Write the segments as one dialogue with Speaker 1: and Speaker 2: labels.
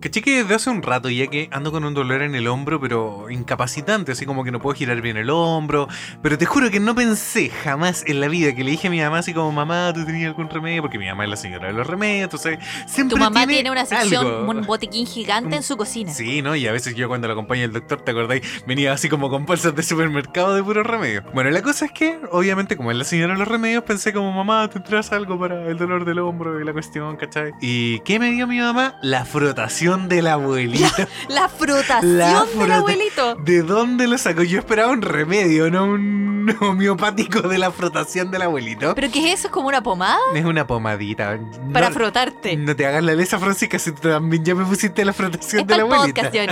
Speaker 1: Caché que desde hace un rato ya que ando con un dolor en el hombro, pero incapacitante, así como que no puedo girar bien el hombro. Pero te juro que no pensé jamás en la vida que le dije a mi mamá así como, mamá, ¿tú tenías algún remedio? Porque mi mamá es la señora de los remedios, entonces siempre
Speaker 2: Tu mamá tiene, una sección,
Speaker 1: algo.
Speaker 2: un botiquín gigante en su cocina.
Speaker 1: Sí, ¿no? Y a veces yo cuando lo acompaño el doctor, ¿te acordáis? Venía así como con bolsas de supermercado de puros remedios. Bueno, la cosa es que, obviamente, como es la señora de los remedios, pensé como, mamá, tendrás algo para el dolor del hombro y la cuestión, ¿cachai? ¿Y qué me dio mi mamá? La frotación de la abuelita.
Speaker 2: La frotación
Speaker 1: La
Speaker 2: del
Speaker 1: frota-
Speaker 2: abuelito.
Speaker 1: ¿De dónde lo sacó? Yo esperaba un remedio, no un homeopático de la frotación del abuelito.
Speaker 2: ¿Pero qué es eso? ¿Es como una pomada?
Speaker 1: Es una pomadita. No- Mm,
Speaker 2: Para frotarte.
Speaker 1: No te hagas la lesa, Francisca, si tú también ya me pusiste la frotación
Speaker 2: es
Speaker 1: de
Speaker 2: para
Speaker 1: la
Speaker 2: el
Speaker 1: abuelita. Ah,
Speaker 2: podcast,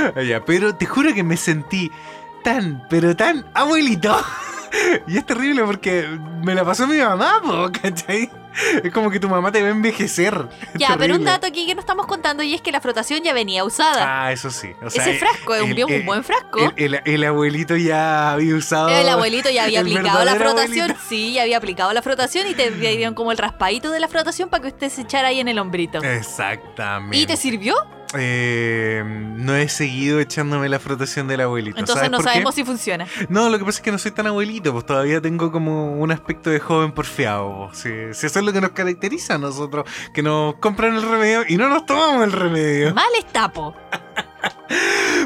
Speaker 2: Johnny.
Speaker 1: Ya, pero te juro que me sentí tan, pero tan abuelito. Y es terrible porque me la pasó mi mamá, po, ¿cachai? Es como que tu mamá te ve envejecer. Es
Speaker 2: Ya, pero un
Speaker 1: terrible.
Speaker 2: dato aquí que no estamos contando y es que la frotación ya venía usada.
Speaker 1: Ah, eso sí. O sea,
Speaker 2: Ese frasco es un,
Speaker 1: el-
Speaker 2: bien- un
Speaker 1: el-
Speaker 2: buen frasco.
Speaker 1: el, el- el abuelito ya había usado.
Speaker 2: El abuelito ya había
Speaker 1: el
Speaker 2: aplicado la
Speaker 1: verdadero
Speaker 2: frotación.
Speaker 1: abuelito. Mm.
Speaker 2: Sí, ya había aplicado la frotación y te dieron como el raspadito de la frotación para que usted se echara ahí en el hombrito.
Speaker 1: Eh, Exactamente.
Speaker 2: ¿Y te sirvió?
Speaker 1: Eh, no he seguido echándome la frotación del abuelito.
Speaker 2: Entonces
Speaker 1: ¿Sabes
Speaker 2: no
Speaker 1: por qué?
Speaker 2: sabemos si funciona.
Speaker 1: No, lo que pasa es que no soy tan abuelito, pues todavía tengo como un aspecto de joven porfiado. pues. Si, si eso es lo que nos caracteriza a nosotros, que nos compran el remedio y no nos tomamos el remedio.
Speaker 2: Mal estapo.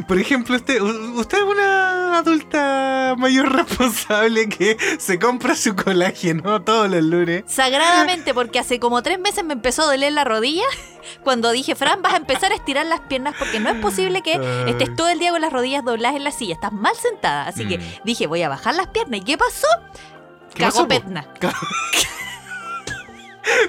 Speaker 1: Por ejemplo, usted, u- usted es una adulta mayor responsable que se compra su colágeno todos los lunes.
Speaker 2: Sagradamente, porque hace como tres meses me empezó a doler la rodilla cuando dije, Fran, vas a empezar a estirar las piernas porque no es posible que
Speaker 1: Ay.
Speaker 2: estés todo el día con las rodillas dobladas en la silla. Estás mal sentada. Así que
Speaker 1: Mm.
Speaker 2: dije, voy a bajar las piernas. ¿Y qué pasó?
Speaker 1: ¿Qué pasó, po?
Speaker 2: Cagó Petna.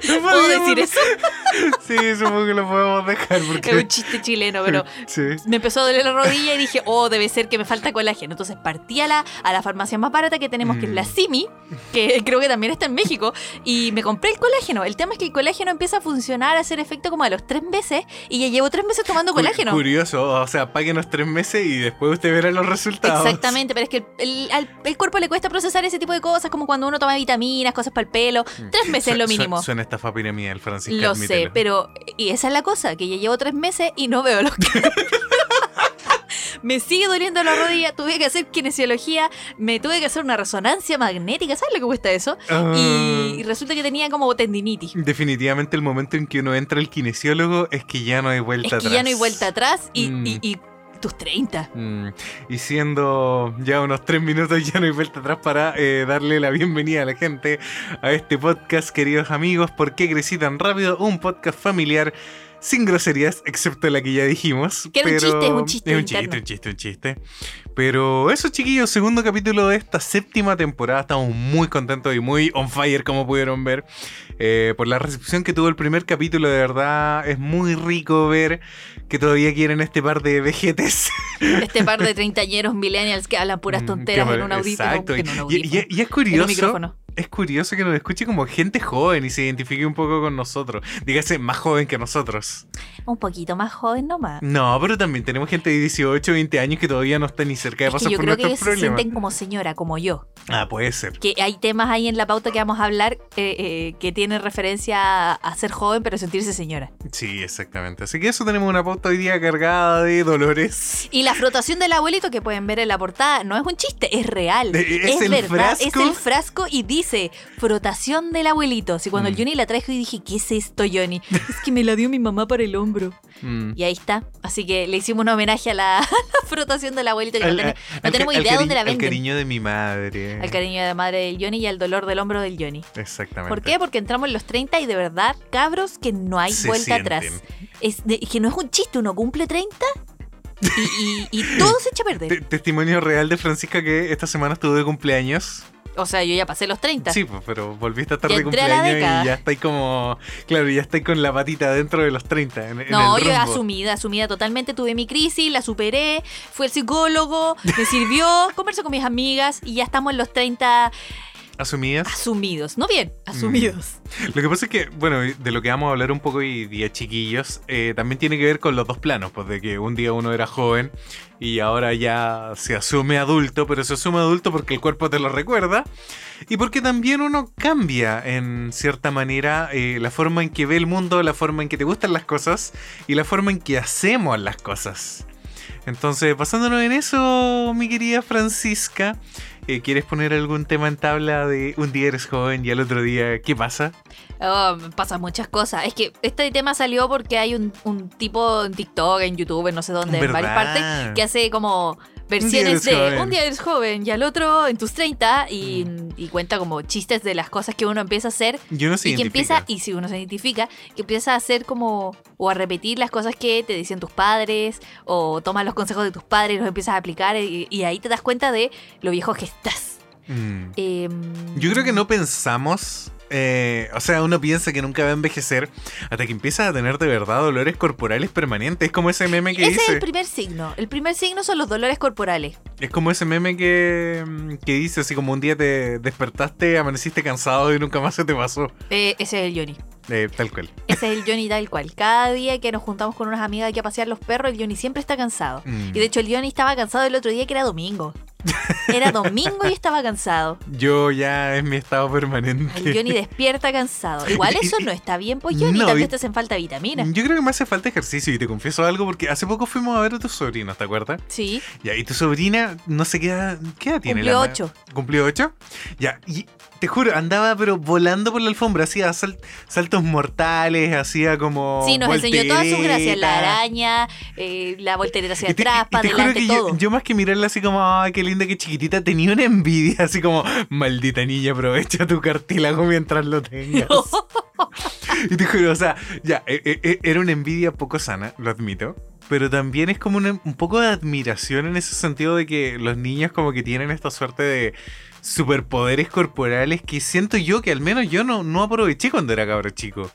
Speaker 1: No
Speaker 2: ¿Puedo
Speaker 1: podemos-
Speaker 2: decir eso?
Speaker 1: Sí, supongo que lo podemos dejar
Speaker 2: Es un
Speaker 1: porque...
Speaker 2: chiste chileno, pero
Speaker 1: Sí.
Speaker 2: me empezó a doler la rodilla y dije, oh, debe ser que me falta colágeno. Entonces partí a la, a la farmacia más barata que tenemos, que es la
Speaker 1: Mm.
Speaker 2: Simi, que creo que también está en México, y me compré el colágeno. El tema es que el colágeno empieza a funcionar, a hacer efecto como a los tres meses, y ya llevo tres meses tomando
Speaker 1: Cu-
Speaker 2: colágeno.
Speaker 1: Curioso, o sea, páguenos tres meses y después usted verá los resultados.
Speaker 2: Exactamente, pero es que el, el- al- el cuerpo le cuesta procesar ese tipo de cosas, como cuando uno toma vitaminas, cosas para el pelo. Tres meses es
Speaker 1: Su-
Speaker 2: lo
Speaker 1: su-
Speaker 2: mínimo.
Speaker 1: Suena estafa piramidal, Francisco.
Speaker 2: Lo sé, pero. Y esa es la cosa, que ya llevo tres meses y no veo los Me sigue doliendo la rodilla, tuve que hacer kinesiología, me tuve que hacer una resonancia magnética, ¿sabes lo que cuesta eso?
Speaker 1: Ah. Mm.
Speaker 2: Y, y resulta que tenía como tendinitis.
Speaker 1: Definitivamente el momento en que uno entra al kinesiólogo es que ya no hay vuelta
Speaker 2: Es que
Speaker 1: atrás.
Speaker 2: ya no hay vuelta atrás y,
Speaker 1: Mm.
Speaker 2: y- y tus 30.
Speaker 1: Mm, Y siendo ya unos tres minutos ya no hay vuelta atrás para eh, darle la bienvenida a la gente a este podcast, queridos amigos, ¿por qué crecí tan rápido? Un podcast familiar sin groserías, excepto la que ya dijimos.
Speaker 2: Que era un
Speaker 1: pero-
Speaker 2: chiste, es un chiste
Speaker 1: Es un
Speaker 2: interno.
Speaker 1: chiste, un chiste, un chiste. Pero eso, chiquillos, segundo capítulo de esta séptima temporada. Estamos muy contentos y muy on fire, como pudieron ver. eh, por la recepción que tuvo el primer capítulo, de verdad, es muy rico ver que todavía quieren este par de vejetes.
Speaker 2: Este par de treintañeros millennials que hablan puras
Speaker 1: Mm,
Speaker 2: tonteras
Speaker 1: qué
Speaker 2: en un
Speaker 1: mal-
Speaker 2: audífono.
Speaker 1: Exacto.
Speaker 2: en un
Speaker 1: Y,
Speaker 2: audífono,
Speaker 1: y- y- y es
Speaker 2: en un
Speaker 1: curioso,
Speaker 2: micrófono.
Speaker 1: es curioso que nos escuche como gente joven y se identifique un poco con nosotros. Dígase, más joven que nosotros.
Speaker 2: Un poquito más joven nomás.
Speaker 1: No, pero también tenemos gente de 18, 20 años que todavía no está ni cerca de
Speaker 2: Es que
Speaker 1: pasar
Speaker 2: yo
Speaker 1: por
Speaker 2: creo que
Speaker 1: nuestros
Speaker 2: ellos se
Speaker 1: problemas.
Speaker 2: sienten como señora, como yo.
Speaker 1: Ah, puede ser.
Speaker 2: que hay temas ahí en la pauta que vamos a hablar eh, eh, que tienen referencia a, a ser joven pero sentirse señora.
Speaker 1: Sí, exactamente. Así que eso tenemos una pauta hoy día cargada de dolores.
Speaker 2: Y la frotación del abuelito que pueden ver en la portada no es un chiste, es real.
Speaker 1: Eh, es el
Speaker 2: verdad,
Speaker 1: frasco.
Speaker 2: es el frasco y dice frotación del abuelito. Así cuando el
Speaker 1: Mm.
Speaker 2: Johnny la trajo y dije, ¿qué es esto, Johnny? es que me la dio mi mamá para el hombro.
Speaker 1: Mm.
Speaker 2: Y ahí está. Así que le hicimos un homenaje a la, a la frotación del abuelito que no
Speaker 1: Al- eh,
Speaker 2: tiene-
Speaker 1: al-
Speaker 2: no
Speaker 1: al
Speaker 2: tenemos
Speaker 1: cari-
Speaker 2: idea
Speaker 1: al
Speaker 2: dónde la
Speaker 1: cari-
Speaker 2: venden.
Speaker 1: Al cariño de mi madre.
Speaker 2: al cariño de la madre del Johnny y al dolor del hombro del Johnny.
Speaker 1: Exactamente.
Speaker 2: ¿Por qué? Porque entramos en los 30 y de verdad, cabros, que no hay
Speaker 1: Se
Speaker 2: vuelta
Speaker 1: sienten.
Speaker 2: atrás. Es de- que no es un chiste, uno cumple 30 y, y- y todo se echa a
Speaker 1: Te-
Speaker 2: perder.
Speaker 1: testimonio real de Francisca que esta semana estuvo de cumpleaños.
Speaker 2: O sea, yo ya pasé los 30.
Speaker 1: Sí, pues, pero volviste a estar
Speaker 2: Ya
Speaker 1: de
Speaker 2: entré a la
Speaker 1: cumpleaños
Speaker 2: década.
Speaker 1: y ya estáis como. Claro, ya estáis con la patita dentro de los 30. En, en
Speaker 2: No,
Speaker 1: el
Speaker 2: yo
Speaker 1: rumbo.
Speaker 2: asumida, asumida totalmente, tuve mi crisis, la superé, fui al psicólogo, me sirvió, converso con mis amigas y ya estamos en los 30
Speaker 1: Asumidas.
Speaker 2: Asumidos, no bien,
Speaker 1: Mm.
Speaker 2: asumidos.
Speaker 1: Lo que pasa es que, bueno, de lo que vamos a hablar un poco y día chiquillos, eh, también tiene que ver con los dos planos, pues de que un día uno era joven y ahora ya se asume adulto, pero se asume adulto porque el cuerpo te lo recuerda y porque también uno cambia en cierta manera eh, la forma en que ve el mundo, la forma en que te gustan las cosas y la forma en que hacemos las cosas. Entonces, basándonos en eso, mi querida Francisca, eh, ¿quieres poner algún tema en tabla de un día eres joven y al otro día qué pasa?
Speaker 2: Oh, pasan muchas cosas. Es que este tema salió porque hay un, un tipo en TikTok, en YouTube, en no sé dónde, en varias
Speaker 1: ¿Verdad?
Speaker 2: partes, que hace como versiones
Speaker 1: eres
Speaker 2: de
Speaker 1: joven. Mm.
Speaker 2: un día eres joven y al otro en tus 30 y, y cuenta como chistes de las cosas que uno empieza a hacer
Speaker 1: Yo no sé.
Speaker 2: y que empieza, y si uno se identifica, que empieza a hacer como, o a repetir las cosas que te dicen tus padres, o tomas los consejos de tus padres, los empiezas a aplicar, y, y ahí te das cuenta de lo viejo que estás. Em,
Speaker 1: Mm. Yo creo que no pensamos. eh, o sea, uno piensa que nunca va a envejecer hasta que empiezas a tener de verdad dolores corporales permanentes. Es como ese meme que
Speaker 2: Ese es
Speaker 1: dice.
Speaker 2: el primer signo. El primer signo son los dolores corporales.
Speaker 1: Es como ese meme que, mm, que dice así como un día te despertaste, amaneciste cansado y nunca más se te pasó.
Speaker 2: Eh, ese es el Johnny.
Speaker 1: Eh, tal cual.
Speaker 2: Ese es el Johnny tal cual. Cada día que nos juntamos con unas amigas aquí a pasear los perros, el Johnny siempre está cansado.
Speaker 1: Mm.
Speaker 2: Y de hecho el Johnny estaba cansado el otro día que era domingo. Era domingo y estaba cansado.
Speaker 1: Yo ya es mi estado permanente.
Speaker 2: El Johnny despierta cansado. Igual eso no está bien, pues Johnny,
Speaker 1: No,
Speaker 2: tal
Speaker 1: y- Mm,
Speaker 2: vez te hacen falta vitaminas.
Speaker 1: Yo creo que me hace falta ejercicio y te confieso algo porque hace poco fuimos a ver a tu sobrina, ¿te acuerdas?
Speaker 2: Sí,
Speaker 1: Ya, y tu sobrina, no sé qué edad, ¿qué edad tiene.
Speaker 2: cumplió
Speaker 1: la ma-
Speaker 2: ocho.
Speaker 1: ¿Cumplió ocho? Ya, y te juro, andaba pero volando por la alfombra, hacía sal- saltos mortales, hacía como...
Speaker 2: Sí, nos enseñó todas sus gracias. La
Speaker 1: volteretas.
Speaker 2: araña, eh, la voltereta hacia
Speaker 1: Y te-
Speaker 2: atrás,
Speaker 1: y- y
Speaker 2: para
Speaker 1: te juro
Speaker 2: adelante,
Speaker 1: que yo-
Speaker 2: todo.
Speaker 1: Yo, más que mirarla así como, ay, qué linda, qué chiquitita, tenía una envidia, así como, maldita niña, aprovecha tu cartílago mientras lo tengas. Y te juro, o sea, ya, e- e- e- era una envidia poco sana, lo admito. Pero también es como una- un poco de admiración en ese sentido de que los niños como que tienen esta suerte de superpoderes corporales que siento yo que al menos yo no, no aproveché cuando era cabro chico.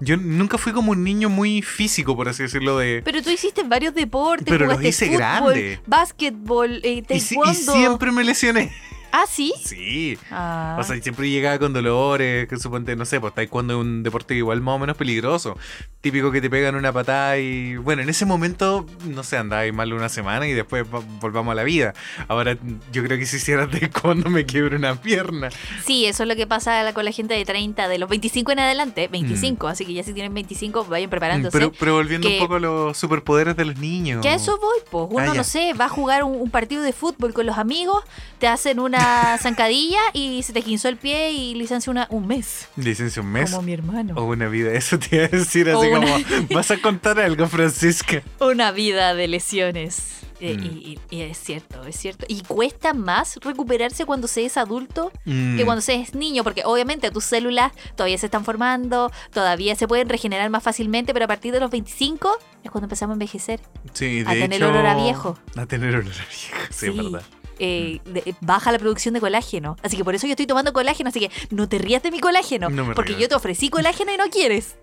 Speaker 1: Yo nunca fui como un niño muy físico, por así decirlo, de...
Speaker 2: Pero tú hiciste varios deportes,
Speaker 1: Pero los
Speaker 2: jugaste
Speaker 1: hice
Speaker 2: fútbol,
Speaker 1: grande.
Speaker 2: básquetbol, eh,
Speaker 1: Y, si- y
Speaker 2: taekwondo.
Speaker 1: siempre me lesioné.
Speaker 2: Ah, sí.
Speaker 1: Sí.
Speaker 2: Ah.
Speaker 1: O sea, y siempre llegaba con dolores, que suponte, no sé, pues taekwondo es un deporte igual más o menos peligroso. Típico que te pegan una patada y bueno, en ese momento, no sé, andaba ahí mal una semana y después va- volvamos a la vida. Ahora yo creo que si hiciera taekwondo me quiebro una pierna.
Speaker 2: sí, eso es lo que pasa con la gente de 30, de los 25 en adelante, 25, así que ya si tienen 25, vayan preparándose.
Speaker 1: Mm. Pero, pero volviendo un
Speaker 2: que-
Speaker 1: poco a los superpoderes de los niños.
Speaker 2: Que a eso voy, pues. Uno,
Speaker 1: Ah, ya.
Speaker 2: no sé, va a jugar un, un partido de fútbol con los amigos, te hacen una zancadilla y se te quinzó el pie y licencia una, un mes.
Speaker 1: Licencia un mes.
Speaker 2: Como mi hermano.
Speaker 1: O una vida, eso te iba a decir
Speaker 2: O
Speaker 1: así
Speaker 2: una-
Speaker 1: como, vas a contar algo, Francisca.
Speaker 2: Una vida de lesiones. Eh,
Speaker 1: Oh. Mm.
Speaker 2: y, y- y es cierto, es cierto. Y cuesta más recuperarse cuando se es adulto
Speaker 1: Mm.
Speaker 2: que cuando se es niño, porque obviamente tus células todavía se están formando, todavía se pueden regenerar más fácilmente, pero a partir de los 25 es cuando empezamos a envejecer.
Speaker 1: Sí, de
Speaker 2: a tener
Speaker 1: hecho,
Speaker 2: olor a viejo.
Speaker 1: A tener olor a viejo, sí, es
Speaker 2: Sí.
Speaker 1: verdad.
Speaker 2: eh,
Speaker 1: Mm.
Speaker 2: de- baja la producción de colágeno. Así que por eso yo estoy tomando colágeno. Así que no te rías de mi colágeno.
Speaker 1: No me
Speaker 2: porque
Speaker 1: río.
Speaker 2: yo te ofrecí colágeno y no quieres.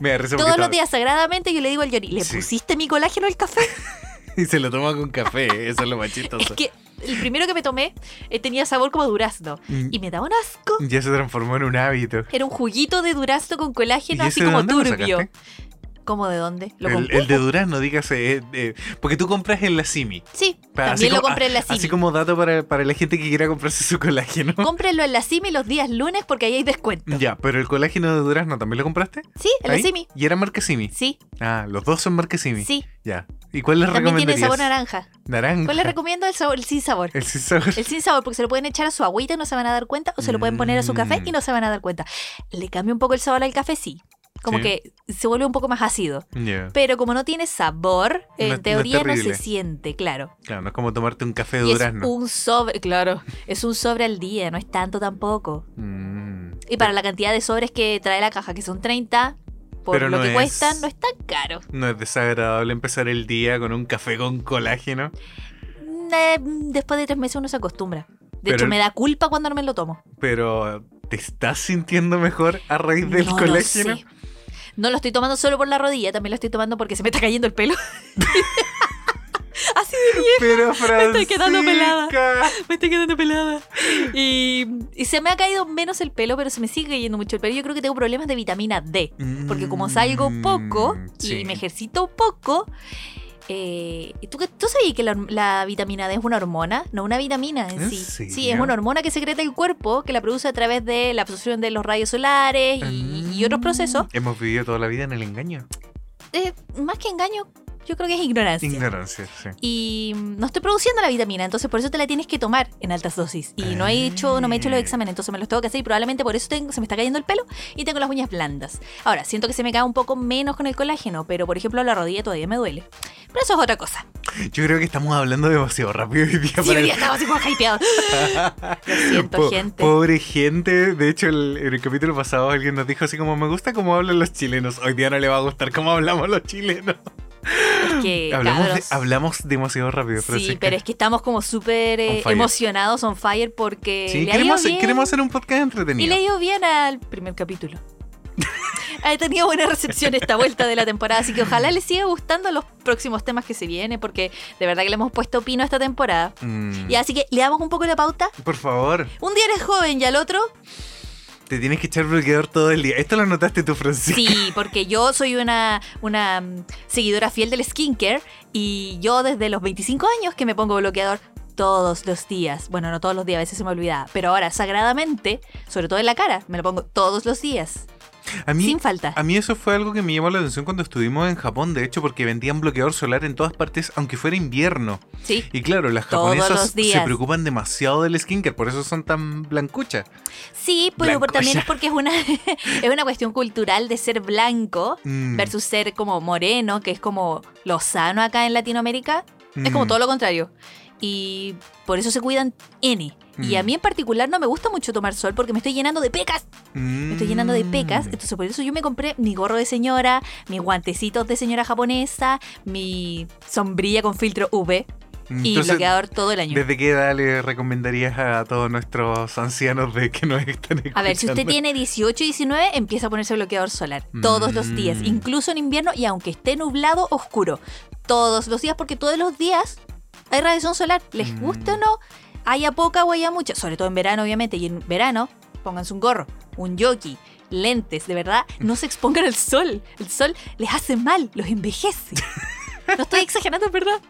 Speaker 1: Me da risa porque
Speaker 2: Todos los
Speaker 1: estaba-
Speaker 2: días sagradamente yo le digo al Johnny, ¿le
Speaker 1: Sí.
Speaker 2: pusiste mi colágeno al café?
Speaker 1: Y se lo toma con café, ¿eh? eso es lo más
Speaker 2: es
Speaker 1: chistoso.
Speaker 2: que el primero que me tomé eh, tenía sabor como durazno.
Speaker 1: Mm,
Speaker 2: Y me daba un asco.
Speaker 1: Ya se transformó en un hábito.
Speaker 2: Era un juguito de durazno con colágeno
Speaker 1: ¿Y
Speaker 2: así
Speaker 1: ese de
Speaker 2: como
Speaker 1: dónde lo
Speaker 2: turbio.
Speaker 1: sacaste?
Speaker 2: ¿Cómo de dónde? ¿Lo
Speaker 1: El,
Speaker 2: compré?
Speaker 1: el de Durazno, dígase. eh, eh, porque tú compras en la Simi.
Speaker 2: Sí,
Speaker 1: Para- así
Speaker 2: también lo
Speaker 1: como- ah,
Speaker 2: compré en la
Speaker 1: Así
Speaker 2: Simi.
Speaker 1: como dato para, para la gente que quiera comprarse su colágeno.
Speaker 2: Cómprenlo en la Simi los días lunes porque ahí hay descuento.
Speaker 1: Ya, pero el colágeno de Durazno también lo compraste.
Speaker 2: Sí, en la
Speaker 1: ¿Ahí?
Speaker 2: Simi.
Speaker 1: Y era marca Simi.
Speaker 2: Sí,
Speaker 1: Ah, los dos son marca Simi.
Speaker 2: sí.
Speaker 1: Ya. ¿Y cuál les
Speaker 2: También tiene
Speaker 1: recomendarías?
Speaker 2: sabor naranja.
Speaker 1: Naranja.
Speaker 2: ¿Cuál le recomiendo? El, sabor, el sin sabor.
Speaker 1: El sin sabor.
Speaker 2: El sin sabor, porque se lo pueden echar a su agüita y no se van a dar cuenta, o se lo pueden poner a su café y no se van a dar cuenta. Le cambia un poco el sabor al café, sí. Como
Speaker 1: Sí.
Speaker 2: que se vuelve un poco más ácido.
Speaker 1: Ya.
Speaker 2: Pero como no tiene sabor,
Speaker 1: No-
Speaker 2: en
Speaker 1: no es
Speaker 2: teoría no, se
Speaker 1: terrible.
Speaker 2: siente, claro.
Speaker 1: Claro, no es como tomarte un café de
Speaker 2: Y es
Speaker 1: Durazno.
Speaker 2: un sobre, claro, es un sobre al día, no es tanto tampoco.
Speaker 1: Mm.
Speaker 2: Y para la cantidad de sobres que trae la caja, que son 30, por
Speaker 1: Pero
Speaker 2: lo
Speaker 1: no
Speaker 2: que
Speaker 1: es-
Speaker 2: cuestan, no es tan caro.
Speaker 1: No es desagradable empezar el día con un café con colágeno.
Speaker 2: Eh, Después de tres meses uno se acostumbra. De
Speaker 1: Pero
Speaker 2: hecho,
Speaker 1: el-
Speaker 2: me da culpa cuando no me lo tomo.
Speaker 1: pero ¿te estás sintiendo mejor a raíz del
Speaker 2: no
Speaker 1: colágeno?
Speaker 2: Lo sé. No lo estoy tomando solo por la rodilla, también lo estoy tomando porque se me está cayendo el pelo. Así de vieja.
Speaker 1: Pero Francisca.
Speaker 2: estoy quedando pelada. Me estoy quedando pelada. Y, y se me ha caído menos el pelo, pero se me sigue cayendo mucho el pelo. Yo creo que tengo problemas de vitamina D. Porque como salgo poco
Speaker 1: Mm,
Speaker 2: y
Speaker 1: sí.
Speaker 2: me ejercito poco. eh, ¿tú, qué- ¿Tú sabías que la, horm- la vitamina D es una hormona? No una vitamina en,
Speaker 1: ¿En
Speaker 2: sí. Sí,
Speaker 1: serio?
Speaker 2: es una hormona que secreta el cuerpo, que la produce a través de la absorción de los rayos solares y, y otros
Speaker 1: Mm.
Speaker 2: procesos.
Speaker 1: Hemos vivido toda la vida en el engaño. Ah.
Speaker 2: Eh, más que engaño, yo creo que es ignorancia.
Speaker 1: Ignorancia, sí.
Speaker 2: y mm, no estoy produciendo la vitamina, entonces por eso te la tienes que tomar en altas dosis. Y no he hecho, no me he hecho los
Speaker 1: Ah.
Speaker 2: exámenes, entonces me los tengo que hacer y probablemente por eso tengo- se me está cayendo el pelo y tengo las uñas blandas. Ahora, siento que se me cae un poco menos con el colágeno, pero por ejemplo la rodilla todavía me duele. Pero eso es otra cosa.
Speaker 1: Yo creo que estamos hablando demasiado rápido hoy día
Speaker 2: Sí,
Speaker 1: para
Speaker 2: hoy
Speaker 1: el-
Speaker 2: día estaba así como hypeado. Lo siento,
Speaker 1: Po-
Speaker 2: gente.
Speaker 1: Pobre gente. De hecho, el- en el capítulo pasado alguien nos dijo así como me gusta cómo hablan los chilenos. Hoy día no le va a gustar cómo hablamos los chilenos.
Speaker 2: Es que,
Speaker 1: hablamos, de-
Speaker 2: Eh, cabros,
Speaker 1: hablamos demasiado rápido,
Speaker 2: Sí,
Speaker 1: Francisca.
Speaker 2: pero es que estamos como súper eh,
Speaker 1: On fire.
Speaker 2: emocionados, on fire, porque
Speaker 1: Sí,
Speaker 2: le ha ido
Speaker 1: queremos,
Speaker 2: bien.
Speaker 1: queremos hacer un podcast
Speaker 2: Y le
Speaker 1: entretenido.
Speaker 2: ha ido bien al primer capítulo. Ha tenido buena recepción esta vuelta de la temporada, así que ojalá les siga gustando los próximos temas que se vienen, porque de verdad que le hemos puesto pino a esta temporada.
Speaker 1: Mm,
Speaker 2: Y así que le damos un poco la pauta.
Speaker 1: Por favor,
Speaker 2: Un día eres joven y al otro,
Speaker 1: te tienes que echar bloqueador todo el día. Esto lo notaste tú, Francisca.
Speaker 2: sí, porque yo soy una, una mm, seguidora fiel del skincare y yo desde los 25 años que me pongo bloqueador todos los días. Bueno, no todos los días, a veces se me olvidaba, pero ahora sagradamente, sobre todo en la cara, me lo pongo todos los días,
Speaker 1: A mí,
Speaker 2: sin falta.
Speaker 1: A mí eso fue algo que me llamó la atención cuando estuvimos en Japón, de hecho, porque vendían bloqueador solar en todas partes, aunque fuera invierno.
Speaker 2: Sí.
Speaker 1: Y claro, las
Speaker 2: Todos los
Speaker 1: japonesas se
Speaker 2: días.
Speaker 1: preocupan demasiado del skincare, por eso son tan blancuchas.
Speaker 2: Sí, pero
Speaker 1: Blanco,
Speaker 2: por- también
Speaker 1: ya.
Speaker 2: es porque es una, es una cuestión cultural de ser blanco
Speaker 1: Mm,
Speaker 2: versus ser como moreno, que es como lo sano acá en Latinoamérica. Es como
Speaker 1: mm.
Speaker 2: todo lo contrario. Y por eso se cuidan N. Y a
Speaker 1: Mm.
Speaker 2: mí en particular no me gusta mucho tomar sol porque me estoy llenando de pecas. Me estoy llenando de pecas.
Speaker 1: Mm.
Speaker 2: Entonces por eso yo me compré mi gorro de señora, mis guantecitos de señora japonesa, mi sombrilla con filtro UV y
Speaker 1: Entonces,
Speaker 2: bloqueador todo el año.
Speaker 1: ¿Desde qué edad le recomendarías a todos nuestros ancianos de que nos están escuchando?
Speaker 2: A ver, si usted tiene 18 y 19, empieza a ponerse bloqueador solar. Todos los días,
Speaker 1: Mm.
Speaker 2: incluso en invierno y aunque esté nublado, oscuro. Todos los días, porque todos los días hay radiación solar. Les
Speaker 1: Mm.
Speaker 2: guste o no, haya poca o haya mucha. Sobre todo en verano, obviamente. Y en verano, pónganse un gorro, un yoki, lentes. De verdad, no se expongan al sol. El sol les hace mal, los envejece. No estoy exagerando, es ¿verdad?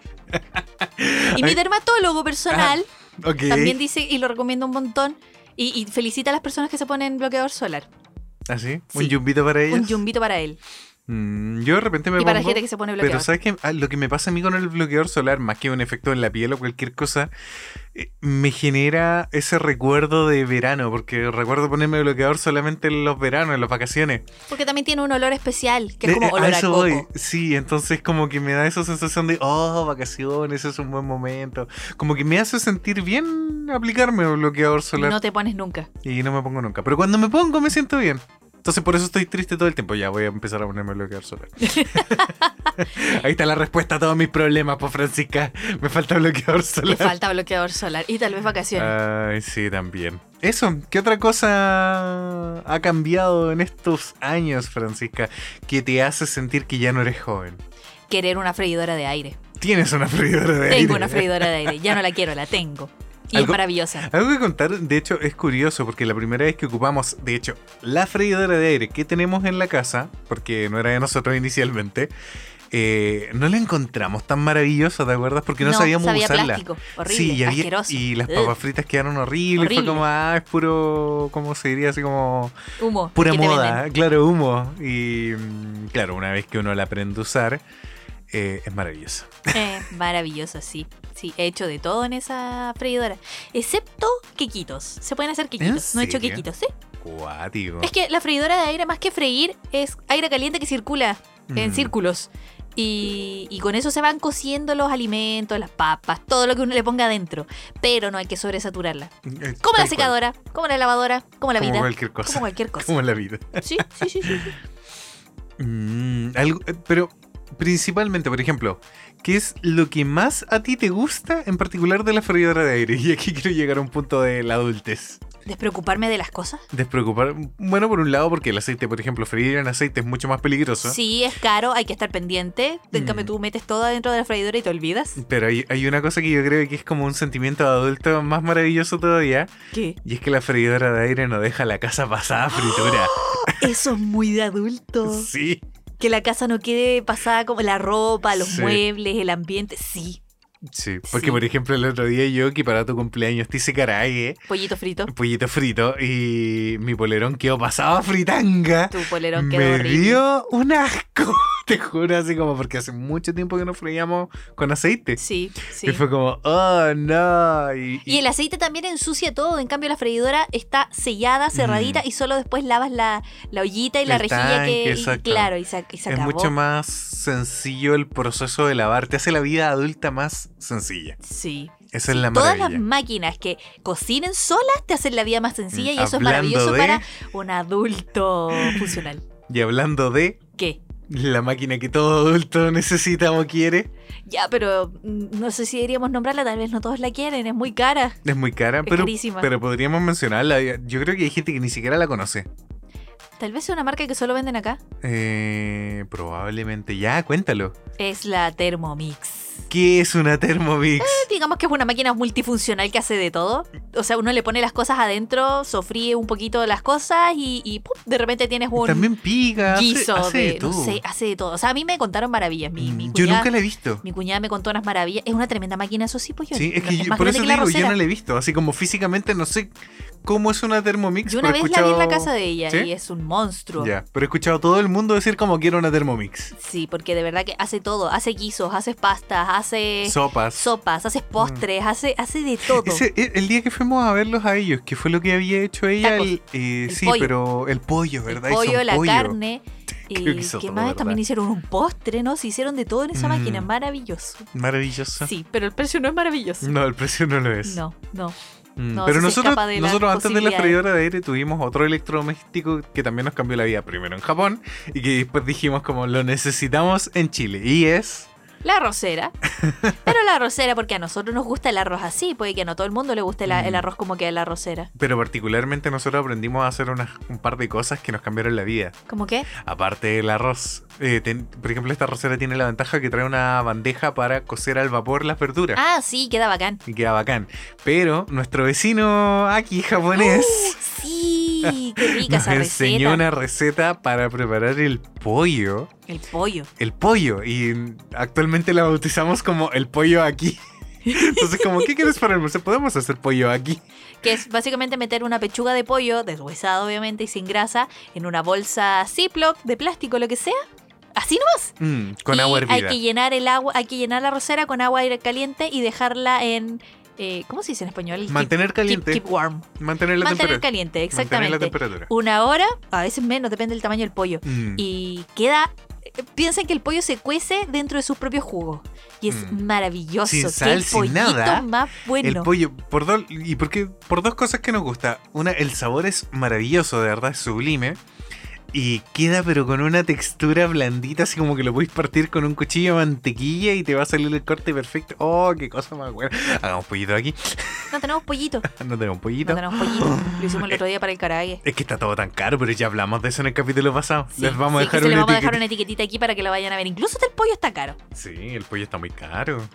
Speaker 2: Y mi
Speaker 1: Ay.
Speaker 2: dermatólogo personal
Speaker 1: Ok.
Speaker 2: también dice, y lo recomiendo un montón, y, y felicita a las personas que se ponen bloqueador solar.
Speaker 1: ¿Así?
Speaker 2: Sí.
Speaker 1: ¿Ah, ¿Un yumbito para ellos?
Speaker 2: Un yumbito para él.
Speaker 1: Mm, yo de repente me
Speaker 2: y para la
Speaker 1: pongo-
Speaker 2: gente que se pone
Speaker 1: Pero
Speaker 2: bloqueador.
Speaker 1: sabes que lo que me pasa a mí con el bloqueador solar, más que un efecto en la piel o cualquier cosa, eh, me genera ese recuerdo de verano, porque recuerdo ponerme bloqueador solamente en los veranos, en las vacaciones.
Speaker 2: Porque también tiene un olor especial, que es
Speaker 1: De-
Speaker 2: como
Speaker 1: eh,
Speaker 2: olor a,
Speaker 1: eso
Speaker 2: coco.
Speaker 1: voy. Sí, entonces como que me da esa sensación de, oh, vacaciones, es un buen momento. Como que me hace sentir bien aplicarme bloqueador solar
Speaker 2: No te pones nunca.
Speaker 1: y no me pongo nunca. Pero cuando me pongo me siento bien. Entonces por eso estoy triste todo el tiempo. Ya voy a empezar a ponerme bloqueador solar. Ahí está la respuesta a todos mis problemas, pues Francisca. Me falta bloqueador
Speaker 2: Le
Speaker 1: solar.
Speaker 2: falta bloqueador solar. Y tal vez vacaciones.
Speaker 1: Ay, sí, también. Eso, ¿qué otra cosa ha cambiado en estos años, Francisca, que te hace sentir que ya no eres joven?
Speaker 2: Querer una freidora de aire.
Speaker 1: Tienes una freidora de aire.
Speaker 2: Tengo una freidora de aire. Ya no la quiero, la tengo. Y es
Speaker 1: Algo-
Speaker 2: maravillosa.
Speaker 1: Algo que contar, de hecho, es curioso porque la primera vez que ocupamos, de hecho, la freidora de aire que tenemos en la casa, porque no era de nosotros inicialmente, eh, no la encontramos tan maravillosa, ¿te acuerdas? Porque no, sabíamos
Speaker 2: sabía
Speaker 1: usarla.
Speaker 2: plástico. Horrible,
Speaker 1: sí, y, había-
Speaker 2: asqueroso.
Speaker 1: y las
Speaker 2: Ugh,
Speaker 1: papas fritas quedaron horribles. Fue
Speaker 2: Horrible.
Speaker 1: como, ah, es puro, ¿cómo se diría? Así como
Speaker 2: humo.
Speaker 1: pura
Speaker 2: que te
Speaker 1: moda,
Speaker 2: venden.
Speaker 1: ¿eh? claro, humo. Y mm, claro, una vez que uno la aprende a usar, eh, es maravillosa.
Speaker 2: Eh, maravillosa, sí. Sí, he hecho de todo en esa freidora. Excepto quequitos. Se pueden hacer quequitos. No he hecho
Speaker 1: serio?
Speaker 2: quequitos, ¿sí?
Speaker 1: Cuático.
Speaker 2: Es que la freidora de aire, más que freír, es aire caliente que circula en
Speaker 1: Mm.
Speaker 2: círculos. Y, y con eso se van cociendo los alimentos, las papas, todo lo que uno le ponga adentro. Pero no hay que sobresaturarla.
Speaker 1: Eh,
Speaker 2: Como la
Speaker 1: tal cual.
Speaker 2: secadora, como la lavadora, como la
Speaker 1: Como
Speaker 2: vida,
Speaker 1: cualquier cosa.
Speaker 2: como cualquier cosa.
Speaker 1: Como la vida.
Speaker 2: Sí, sí, sí, sí, sí.
Speaker 1: Mm, algo- eh, pero principalmente, por ejemplo, ¿qué es lo que más a ti te gusta en particular de la freidora de aire? Y aquí quiero llegar a un punto de la adultez.
Speaker 2: ¿Despreocuparme de las cosas?
Speaker 1: Despreocupar. Bueno, por un lado, porque el aceite, por ejemplo, freír en aceite es mucho más peligroso.
Speaker 2: Sí, es caro, hay que estar pendiente. En cambio,
Speaker 1: Mm.
Speaker 2: tú metes todo dentro de la freidora y te olvidas.
Speaker 1: Pero hay, hay una cosa que yo creo que es como un sentimiento de adulto más maravilloso todavía,
Speaker 2: ¿Qué?
Speaker 1: y es que la freidora de aire no deja la casa pasada a fritura.
Speaker 2: Eso es muy de adulto.
Speaker 1: Sí.
Speaker 2: Que la casa no quede pasada como la ropa, los
Speaker 1: Sí.
Speaker 2: muebles, el ambiente. Sí,
Speaker 1: Sí, porque
Speaker 2: Sí.
Speaker 1: por ejemplo el otro día yo que para tu cumpleaños te hice caray, eh,
Speaker 2: pollito frito.
Speaker 1: pollito frito y mi polerón quedó pasado a fritanga.
Speaker 2: Tu polerón quedó
Speaker 1: Me
Speaker 2: horrible.
Speaker 1: dio un asco, te juro, así como porque hace mucho tiempo que no freíamos con aceite.
Speaker 2: Sí,
Speaker 1: Y
Speaker 2: sí.
Speaker 1: fue como, oh no. Y,
Speaker 2: Y el aceite también ensucia todo. En cambio, la freidora está sellada, cerradita
Speaker 1: Mm.
Speaker 2: y solo después lavas la, la ollita y la
Speaker 1: El
Speaker 2: rejilla
Speaker 1: tanque,
Speaker 2: que. y
Speaker 1: exacto.
Speaker 2: claro, y se, y se
Speaker 1: es
Speaker 2: acabó.
Speaker 1: mucho más sencillo el proceso de lavar, te hace la vida adulta más sencilla.
Speaker 2: Sí.
Speaker 1: Esa es la
Speaker 2: Todas
Speaker 1: maravilla.
Speaker 2: las máquinas que cocinen solas te hacen la vida más sencilla
Speaker 1: Mm,
Speaker 2: y eso es
Speaker 1: hablando
Speaker 2: maravilloso
Speaker 1: de-
Speaker 2: para un adulto funcional.
Speaker 1: Y hablando de
Speaker 2: ¿Qué?
Speaker 1: la máquina que todo adulto necesita o quiere,
Speaker 2: Ya, pero mm, no sé si deberíamos nombrarla, tal vez no todos la quieren, es muy cara.
Speaker 1: es muy cara,
Speaker 2: Es
Speaker 1: pero,
Speaker 2: carísima.
Speaker 1: pero podríamos mencionarla. Yo creo que hay gente que ni siquiera la conoce.
Speaker 2: Tal vez es una marca que solo venden acá.
Speaker 1: Eh, probablemente ya, cuéntalo.
Speaker 2: Es la Thermomix.
Speaker 1: ¿Qué es una Thermomix?
Speaker 2: Digamos que es una máquina multifuncional que hace de todo. O sea, uno le pone las cosas adentro, sofríe un poquito las cosas y, y ¡pum! de repente tienes un
Speaker 1: También pica. hace-
Speaker 2: guiso
Speaker 1: hace de
Speaker 2: de, no
Speaker 1: todo.
Speaker 2: sé, hace de todo. O sea, a mí me contaron maravillas. Mi, mi
Speaker 1: Mm, yo
Speaker 2: cuñada,
Speaker 1: nunca la he visto.
Speaker 2: mi cuñada me contó unas maravillas. Es una tremenda máquina, eso sí, pues yo.
Speaker 1: Sí, es que yo-
Speaker 2: más
Speaker 1: por
Speaker 2: grande
Speaker 1: eso
Speaker 2: que
Speaker 1: te
Speaker 2: la
Speaker 1: digo, yo
Speaker 2: rosera.
Speaker 1: no la he visto. Así como físicamente no sé cómo es una Thermomix.
Speaker 2: Yo una
Speaker 1: pero he
Speaker 2: vez la vi en la
Speaker 1: escuchado-
Speaker 2: casa de ella
Speaker 1: ¿Sí?
Speaker 2: y es un monstruo.
Speaker 1: Ya, pero he escuchado a todo el mundo decir como quiero una Thermomix.
Speaker 2: Sí, porque de verdad que hace todo. Hace guisos, hace pastas, hace
Speaker 1: Sopas.
Speaker 2: sopas, hace postres, hace, hace de todo.
Speaker 1: Ese- e- el día que fuimos a verlos a ellos, que fue lo que había hecho ella,
Speaker 2: Tacos.
Speaker 1: el- eh,
Speaker 2: El
Speaker 1: sí,
Speaker 2: pollo.
Speaker 1: pero el pollo,
Speaker 2: el
Speaker 1: ¿verdad? Hizo
Speaker 2: pollo,
Speaker 1: un
Speaker 2: la
Speaker 1: pollo.
Speaker 2: carne. Y
Speaker 1: Creo que hizo
Speaker 2: que
Speaker 1: todo,
Speaker 2: más
Speaker 1: ¿verdad?
Speaker 2: también hicieron un postre, ¿no? Se hicieron de todo en esa
Speaker 1: Mm.
Speaker 2: máquina, maravilloso.
Speaker 1: Maravilloso.
Speaker 2: Sí, pero el precio no es maravilloso.
Speaker 1: No, el precio no lo es.
Speaker 2: No, no.
Speaker 1: Mm,
Speaker 2: no,
Speaker 1: pero
Speaker 2: eso se
Speaker 1: nosotros,
Speaker 2: escapa de las
Speaker 1: nosotros antes de la
Speaker 2: posibilidades.
Speaker 1: freidora de aire tuvimos otro electrodoméstico que también nos cambió la vida, primero en Japón y que después dijimos como lo necesitamos en Chile. Y es...
Speaker 2: La arrocera. pero la arrocera, porque a nosotros nos gusta el arroz así, puede que no a todo el mundo le guste la- el
Speaker 1: Mm.
Speaker 2: arroz como queda la arrocera.
Speaker 1: Pero particularmente nosotros aprendimos a hacer unas, un par de cosas que nos cambiaron la vida.
Speaker 2: ¿Cómo qué?
Speaker 1: Aparte del arroz, eh, ten- por ejemplo, esta arrocera tiene la ventaja que trae una bandeja para cocer al vapor las verduras.
Speaker 2: Ah, sí, queda bacán.
Speaker 1: Y queda bacán. Pero nuestro vecino aquí japonés
Speaker 2: Uh, Sí, qué Uh, rica
Speaker 1: nos
Speaker 2: esa
Speaker 1: enseñó
Speaker 2: receta.
Speaker 1: una receta para preparar el pollo.
Speaker 2: El pollo.
Speaker 1: El pollo. Y actualmente la bautizamos como el pollo aquí. Entonces, como, ¿qué quieres para el almuerzo? Podemos hacer pollo aquí.
Speaker 2: Que es básicamente meter una pechuga de pollo, deshuesada obviamente y sin grasa, en una bolsa Ziploc de plástico, lo que sea. Así nomás.
Speaker 1: Mm, con
Speaker 2: Y
Speaker 1: agua
Speaker 2: Hay
Speaker 1: hervida.
Speaker 2: que llenar el agua, hay que llenar la rosera con agua aire caliente y dejarla en. eh, ¿Cómo se dice en español? Keep-
Speaker 1: Mantener
Speaker 2: keep,
Speaker 1: caliente.
Speaker 2: keep warm.
Speaker 1: Mantener la
Speaker 2: Mantener
Speaker 1: temperatura.
Speaker 2: caliente,
Speaker 1: Mantener la
Speaker 2: exactamente.
Speaker 1: temperatura.
Speaker 2: Una hora, a veces menos, depende del tamaño del pollo.
Speaker 1: Mm.
Speaker 2: Y queda. eh, Piensen que el pollo se cuece dentro de sus propios jugos. Y es
Speaker 1: Mm.
Speaker 2: maravilloso.
Speaker 1: Sin
Speaker 2: Qué
Speaker 1: sal, sin
Speaker 2: pollito
Speaker 1: nada.
Speaker 2: más bueno.
Speaker 1: El pollo, por dos, y porque, por dos cosas que nos gusta. Una, el sabor es maravilloso, de verdad, es sublime. Y queda pero con una textura blandita, así como que lo podéis partir con un cuchillo de mantequilla y te va a salir el corte perfecto. Oh, qué cosa más buena. Hagamos pollito aquí.
Speaker 2: No tenemos pollito.
Speaker 1: No tenemos pollito.
Speaker 2: No tenemos pollito. Lo hicimos el otro día para el karaage.
Speaker 1: Es que está todo tan caro, pero ya hablamos de eso en el capítulo pasado.
Speaker 2: Sí,
Speaker 1: Les vamos a
Speaker 2: sí, que
Speaker 1: dejar
Speaker 2: se
Speaker 1: un
Speaker 2: le vamos a dejar
Speaker 1: etiquete-
Speaker 2: una etiquetita aquí para que la vayan a ver. Incluso hasta el pollo está caro.
Speaker 1: Sí, el pollo está muy caro.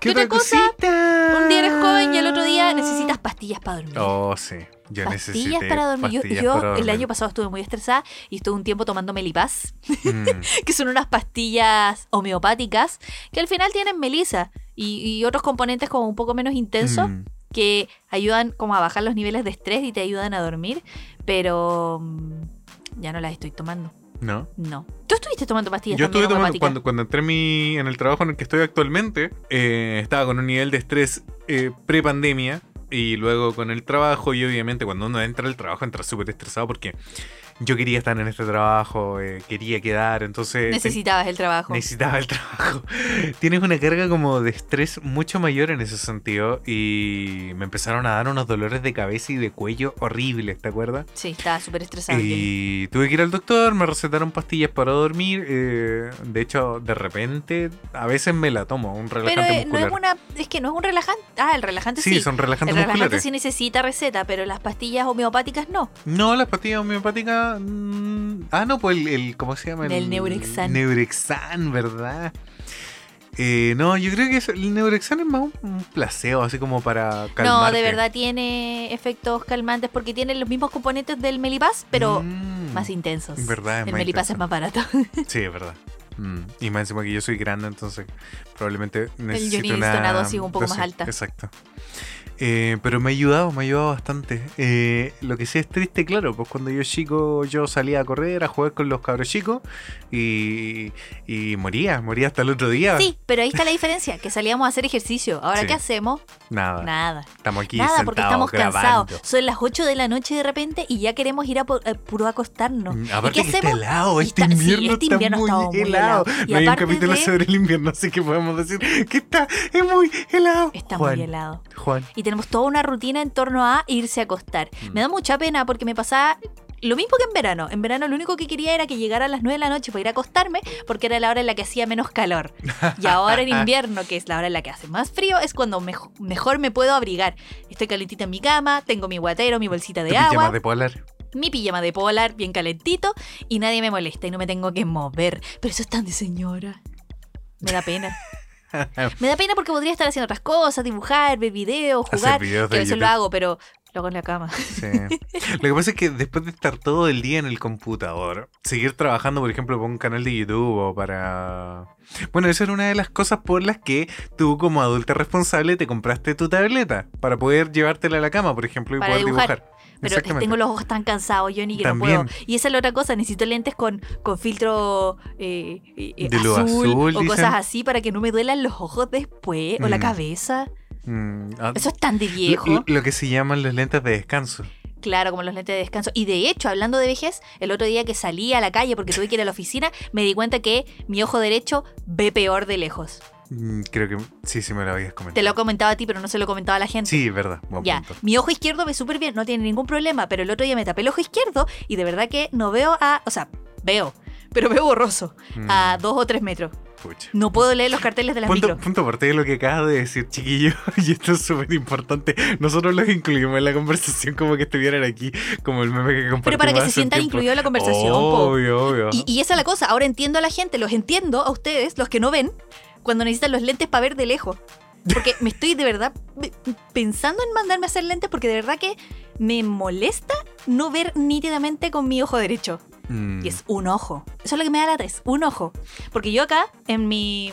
Speaker 1: ¿Qué,
Speaker 2: otra cosa?
Speaker 1: cosita?
Speaker 2: Un día eres joven y el otro día necesitas pastillas para dormir.
Speaker 1: Oh, sí. Yo
Speaker 2: pastillas
Speaker 1: necesité
Speaker 2: para dormir. Yo-
Speaker 1: pastillas
Speaker 2: yo
Speaker 1: para
Speaker 2: el
Speaker 1: dormir.
Speaker 2: año pasado estuve muy estresada y estuve un tiempo tomando Melipaz,
Speaker 1: Mm.
Speaker 2: que son unas pastillas homeopáticas que al final tienen melisa y, y otros componentes como un poco menos intensos
Speaker 1: Mm.
Speaker 2: que ayudan como a bajar los niveles de estrés y te ayudan a dormir, pero mm, ya no las estoy tomando.
Speaker 1: No.
Speaker 2: No. ¿Tú estuviste tomando pastillas
Speaker 1: Yo
Speaker 2: también
Speaker 1: estuve tomando,
Speaker 2: homeopáticas?
Speaker 1: cuando, cuando entré en mi, en el trabajo en el que estoy actualmente, eh, estaba con un nivel de estrés eh, pre-pandemia y luego con el trabajo y obviamente cuando uno entra al trabajo entra súper estresado porque yo quería estar en este trabajo, eh, quería quedar, entonces...
Speaker 2: Necesitabas el trabajo.
Speaker 1: Necesitaba el trabajo. Tienes una carga como de estrés mucho mayor en ese sentido y me empezaron a dar unos dolores de cabeza y de cuello horribles, ¿te acuerdas?
Speaker 2: sí, estaba súper estresado.
Speaker 1: Y tuve que ir al doctor, me recetaron pastillas para dormir. eh, de hecho, de repente, a veces me la tomo, un
Speaker 2: Pero
Speaker 1: relajante
Speaker 2: eh, no
Speaker 1: muscular.
Speaker 2: es una. Es que no es un relajante. Ah, el relajante sí.
Speaker 1: sí, son
Speaker 2: el
Speaker 1: relajantes
Speaker 2: relajante
Speaker 1: musculares.
Speaker 2: sí necesita receta, pero las pastillas homeopáticas no.
Speaker 1: No, las pastillas homeopáticas. mm, ah, no, pues el, el- ¿Cómo se llama?
Speaker 2: Del Neurexan.
Speaker 1: Neurexan, ¿verdad? Eh, no, yo creo que es- el Neurexan es más un, un placebo, así como para calmarte.
Speaker 2: No, de verdad tiene efectos calmantes porque tiene los mismos componentes del Melipaz, pero
Speaker 1: Mm,
Speaker 2: más intensos.
Speaker 1: Verdad, es
Speaker 2: el
Speaker 1: más
Speaker 2: Melipaz es
Speaker 1: intenso.
Speaker 2: más barato.
Speaker 1: Sí, es verdad. Mm, Y más encima que yo soy grande, entonces probablemente necesito
Speaker 2: Johnny necesita
Speaker 1: una,
Speaker 2: una dosis un poco más alta.
Speaker 1: Exacto. Eh, pero me ha ayudado, me ha ayudado bastante. Eh, lo que sí es triste, claro, pues cuando yo chico yo salía a correr, a jugar con los cabros chicos y, y moría, moría hasta el otro día.
Speaker 2: Sí, pero ahí está la diferencia, que salíamos a hacer ejercicio. Ahora,
Speaker 1: Sí.
Speaker 2: ¿qué hacemos?
Speaker 1: Nada,
Speaker 2: Nada.
Speaker 1: estamos aquí
Speaker 2: Nada,
Speaker 1: sentados
Speaker 2: porque estamos
Speaker 1: grabando.
Speaker 2: cansados. Son las 8 de la noche de repente y ya queremos ir a, por- a puro acostarnos.
Speaker 1: Mm, Aparte
Speaker 2: qué
Speaker 1: que está
Speaker 2: hacemos?
Speaker 1: helado,
Speaker 2: Y
Speaker 1: este
Speaker 2: está- sí,
Speaker 1: invierno,
Speaker 2: este invierno ha
Speaker 1: está
Speaker 2: estado
Speaker 1: muy
Speaker 2: muy
Speaker 1: helado.
Speaker 2: helado. Y
Speaker 1: No hay un
Speaker 2: aparte
Speaker 1: capítulo
Speaker 2: de-
Speaker 1: sobre el invierno, así que podemos decir que está, es muy helado.
Speaker 2: Está
Speaker 1: Juan,
Speaker 2: muy helado.
Speaker 1: Juan,
Speaker 2: Y tenemos toda una rutina en torno a irse a acostar.
Speaker 1: Mm.
Speaker 2: Me da mucha pena porque me pasaba lo mismo que en verano. En verano lo único que quería era que llegara a las 9 de la noche para ir a acostarme porque era la hora en la que hacía menos calor. Y ahora en invierno, que es la hora en la que hace más frío, es cuando mejo- mejor me puedo abrigar. Estoy calentita en mi cama, tengo mi guatero, mi bolsita
Speaker 1: tu
Speaker 2: de
Speaker 1: pijama
Speaker 2: agua.
Speaker 1: de polar.
Speaker 2: mi pijama de polar bien calentito y nadie me molesta y no me tengo que mover. Pero eso es tan de señora. Me da pena. Me da pena porque podría estar haciendo otras cosas, dibujar, ver videos,
Speaker 1: Hacer
Speaker 2: jugar.
Speaker 1: videos
Speaker 2: Que a
Speaker 1: de
Speaker 2: veces
Speaker 1: YouTube.
Speaker 2: lo hago, pero lo hago en la cama.
Speaker 1: Sí. Lo que pasa es que después de estar todo el día en el computador, seguir trabajando, por ejemplo, por un canal de YouTube o para... Bueno, esa era una de las cosas por las que tú como adulta responsable te compraste tu tableta para poder llevártela a la cama, por ejemplo, y
Speaker 2: Para
Speaker 1: poder dibujar.
Speaker 2: dibujar. Pero
Speaker 1: Exactamente.
Speaker 2: tengo los ojos tan cansados, Johnny, que no
Speaker 1: También.
Speaker 2: puedo. Y esa es la otra cosa, necesito lentes con, con filtro eh, eh, eh,
Speaker 1: De luz azul,
Speaker 2: o
Speaker 1: dicen.
Speaker 2: cosas así para que no me duelan los ojos después o la
Speaker 1: Mm.
Speaker 2: cabeza.
Speaker 1: Mm, ah,
Speaker 2: Eso es tan de viejo.
Speaker 1: lo, lo que se llaman los lentes de descanso.
Speaker 2: Claro, como los lentes de descanso. Y de hecho, hablando de vejez, el otro día que salí a la calle porque tuve que ir a la oficina, me di cuenta que mi ojo derecho ve peor de lejos.
Speaker 1: Mm, Creo que sí, sí me lo habías comentado.
Speaker 2: Te lo he comentado a ti, pero no se lo he comentado a la gente.
Speaker 1: Sí, verdad. buen
Speaker 2: Ya,
Speaker 1: punto.
Speaker 2: mi ojo izquierdo ve súper bien, no tiene ningún problema, pero el otro día me tapé el ojo izquierdo y de verdad que no veo a... O sea, veo, pero veo borroso,
Speaker 1: Mm,
Speaker 2: a dos o tres metros.
Speaker 1: pucha.
Speaker 2: No puedo leer los carteles de las
Speaker 1: Punto,
Speaker 2: micro.
Speaker 1: punto aparte de lo que acabas de decir, chiquillo, y esto es súper importante. Nosotros los incluimos en la conversación como que estuvieran aquí, como el meme que compartimos.
Speaker 2: Pero para que se
Speaker 1: hace un
Speaker 2: sientan
Speaker 1: tiempo.
Speaker 2: incluidos en la conversación, po.
Speaker 1: Obvio, obvio.
Speaker 2: Y, y esa es la cosa, ahora entiendo a la gente, los entiendo a ustedes, los que no ven, cuando necesitan los lentes para ver de lejos. Porque me estoy de verdad pe- pensando en mandarme a hacer lentes porque de verdad que me molesta no ver nítidamente con mi ojo derecho.
Speaker 1: Mm,
Speaker 2: Y es un ojo. Eso es lo que me da lata, es un ojo. Porque yo acá, en mi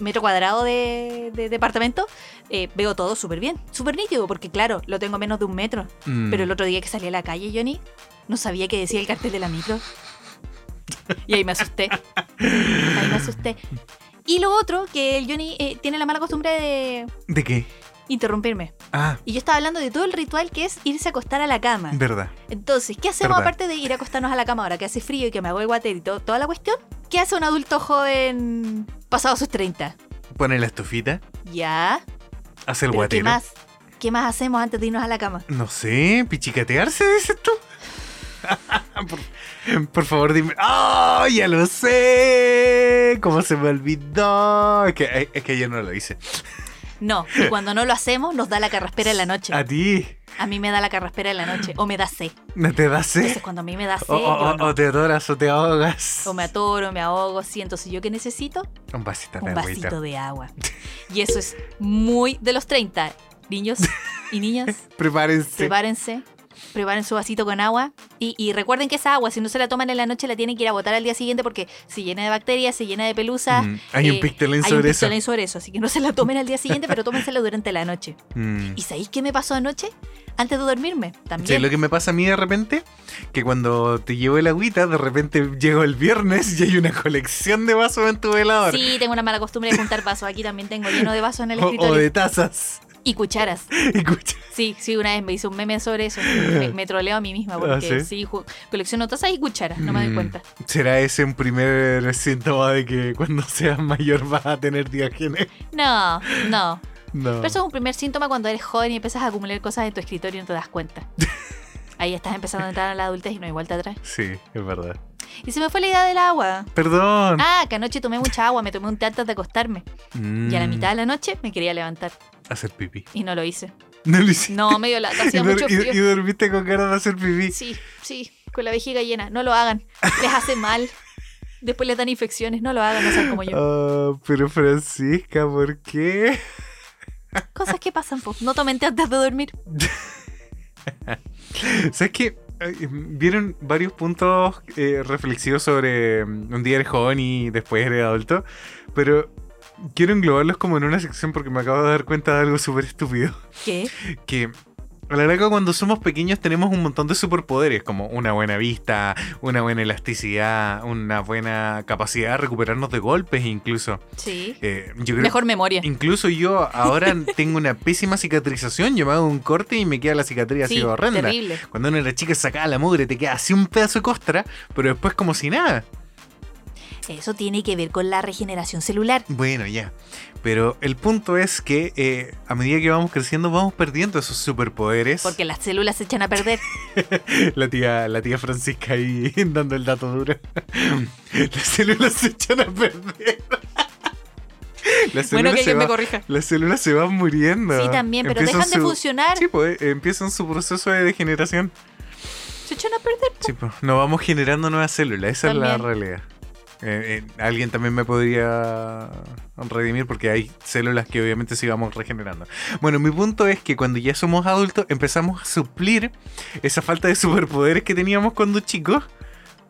Speaker 2: metro cuadrado de, de departamento, eh, veo todo súper bien, súper nítido, porque claro, lo tengo a menos de un metro.
Speaker 1: mm.
Speaker 2: Pero el otro día que salí a la calle, Johnny, no sabía qué decía el cartel de la micro. Y ahí me asusté. Ahí me asusté. Y lo otro, que el Johnny eh, tiene la mala costumbre de
Speaker 1: ¿De qué?
Speaker 2: interrumpirme.
Speaker 1: Ah,
Speaker 2: Y yo estaba hablando de todo el ritual que es irse a acostar a la cama.
Speaker 1: verdad.
Speaker 2: Entonces, ¿qué hacemos
Speaker 1: Verdad.
Speaker 2: aparte de ir a acostarnos a la cama ahora que hace frío y que me hago el water y todo- toda la cuestión? ¿Qué hace un adulto joven pasado sus 30?
Speaker 1: Pone la estufita,
Speaker 2: Ya.
Speaker 1: hace el
Speaker 2: ¿Pero ¿Qué
Speaker 1: guatero.
Speaker 2: más? ¿Qué más hacemos antes de irnos a la cama?
Speaker 1: No sé, pichicatearse, dices tú. por, por favor, dime. ¡Ah! ya lo sé! ¿Cómo se me olvidó? Es que, es que yo no lo hice.
Speaker 2: No, y cuando no lo hacemos nos da la carraspera en la noche.
Speaker 1: A ti.
Speaker 2: A mí me da la carraspera en la noche. O me da sed.
Speaker 1: ¿No te da sed?
Speaker 2: Entonces, cuando a mí me da sed,
Speaker 1: O, o-
Speaker 2: yo
Speaker 1: o-
Speaker 2: no.
Speaker 1: o te atoras o te ahogas.
Speaker 2: O me atoro, me ahogo, siento. Si yo que necesito,
Speaker 1: Un vasito de
Speaker 2: un
Speaker 1: agüita.
Speaker 2: vasito de agua. Y eso es muy de los 30. Niños y niñas,
Speaker 1: Prepárense.
Speaker 2: prepárense. Preparen su vasito con agua. Y, y recuerden que esa agua, si no se la toman en la noche, la tienen que ir a botar al día siguiente porque se llena de bacterias, se llena de pelusa.
Speaker 1: Mm, hay un
Speaker 2: eh,
Speaker 1: pictolín
Speaker 2: Hay un
Speaker 1: sobre eso.
Speaker 2: pictolén sobre eso, así que no se la tomen al día siguiente, pero tómensela durante la noche.
Speaker 1: Mm.
Speaker 2: ¿Y sabéis qué me pasó anoche? Antes de dormirme,
Speaker 1: Sí,
Speaker 2: también.
Speaker 1: lo que me pasa a mí de repente, que cuando te llevo el agüita, de repente llego el viernes y hay una colección de vasos en tu velador.
Speaker 2: Sí, tengo una mala costumbre de juntar vasos. Aquí también tengo lleno de vasos en el
Speaker 1: o, o
Speaker 2: escritorio.
Speaker 1: de tazas.
Speaker 2: Y cucharas.
Speaker 1: Y cucha-
Speaker 2: Sí, sí, una vez me hice un meme sobre eso. Me, me troleo a mí misma porque
Speaker 1: Ah, ¿sí?
Speaker 2: sí, ju- colecciono tazas y cucharas, no me doy
Speaker 1: Mm,
Speaker 2: cuenta.
Speaker 1: ¿Será ese un primer síntoma de que cuando seas mayor vas a tener diágenes?
Speaker 2: No, no.
Speaker 1: No.
Speaker 2: Pero eso es un primer síntoma cuando eres joven y empiezas a acumular cosas en tu escritorio y no te das cuenta. Ahí estás empezando a entrar a la adultez y no hay vuelta atrás.
Speaker 1: Sí, es verdad.
Speaker 2: Y se me fue la idea del agua.
Speaker 1: Perdón.
Speaker 2: Ah, que anoche tomé mucha agua, me tomé un té antes de acostarme. Y a la
Speaker 1: Mm,
Speaker 2: mitad de la noche me quería levantar
Speaker 1: Hacer pipí.
Speaker 2: y no lo hice.
Speaker 1: No lo hiciste.
Speaker 2: No, medio la
Speaker 1: y,
Speaker 2: hacía
Speaker 1: dur-
Speaker 2: mucho
Speaker 1: y- y
Speaker 2: frío.
Speaker 1: dormiste con ganas de hacer pipí.
Speaker 2: Sí, sí, con la vejiga llena. No lo hagan, les hace mal. Después les dan infecciones, no lo hagan, no sean como yo.
Speaker 1: Ah, pero Francisca, ¿por qué?
Speaker 2: Cosas que pasan, po. no tomen té antes de dormir.
Speaker 1: ¿Sabes qué? Ay, em, Vieron varios puntos eh, reflexivos sobre mm, un día eres joven y después eres adulto, pero quiero englobarlos como en una sección porque me acabo de dar cuenta de algo súper estúpido.
Speaker 2: ¿Qué?
Speaker 1: Que a la larga cuando somos pequeños tenemos un montón de superpoderes, como una buena vista, una buena elasticidad, una buena capacidad de recuperarnos de golpes incluso.
Speaker 2: Sí.
Speaker 1: Eh, yo creo
Speaker 2: Mejor memoria.
Speaker 1: Incluso yo ahora tengo una pésima cicatrización. Yo me hago un corte y me queda la cicatriz
Speaker 2: Sí,
Speaker 1: así horrenda.
Speaker 2: terrible.
Speaker 1: Cuando uno era chica sacaba la mugre, te queda así un pedazo de costra, pero después como si nada.
Speaker 2: Eso tiene que ver con la regeneración celular.
Speaker 1: Bueno, ya. Pero el punto es que eh, a medida que vamos creciendo vamos perdiendo esos superpoderes.
Speaker 2: Porque las células se echan a perder.
Speaker 1: La tía, la tía Francisca ahí dando el dato duro. Las células se echan a perder. Las
Speaker 2: Bueno,
Speaker 1: células
Speaker 2: que
Speaker 1: se
Speaker 2: alguien me
Speaker 1: va-
Speaker 2: corrija.
Speaker 1: Las células se van muriendo.
Speaker 2: Sí, también, pero
Speaker 1: Empiezan
Speaker 2: dejan de
Speaker 1: su-
Speaker 2: funcionar.
Speaker 1: Sí, pues eh, empiezan su proceso de degeneración.
Speaker 2: Se echan a perder.
Speaker 1: Sí, pues nos vamos generando nuevas células, esa es la
Speaker 2: También.
Speaker 1: realidad. Eh, eh, alguien también me podría redimir porque hay células que obviamente sí vamos regenerando. Bueno, mi punto es que cuando ya somos adultos empezamos a suplir esa falta de superpoderes que teníamos cuando chicos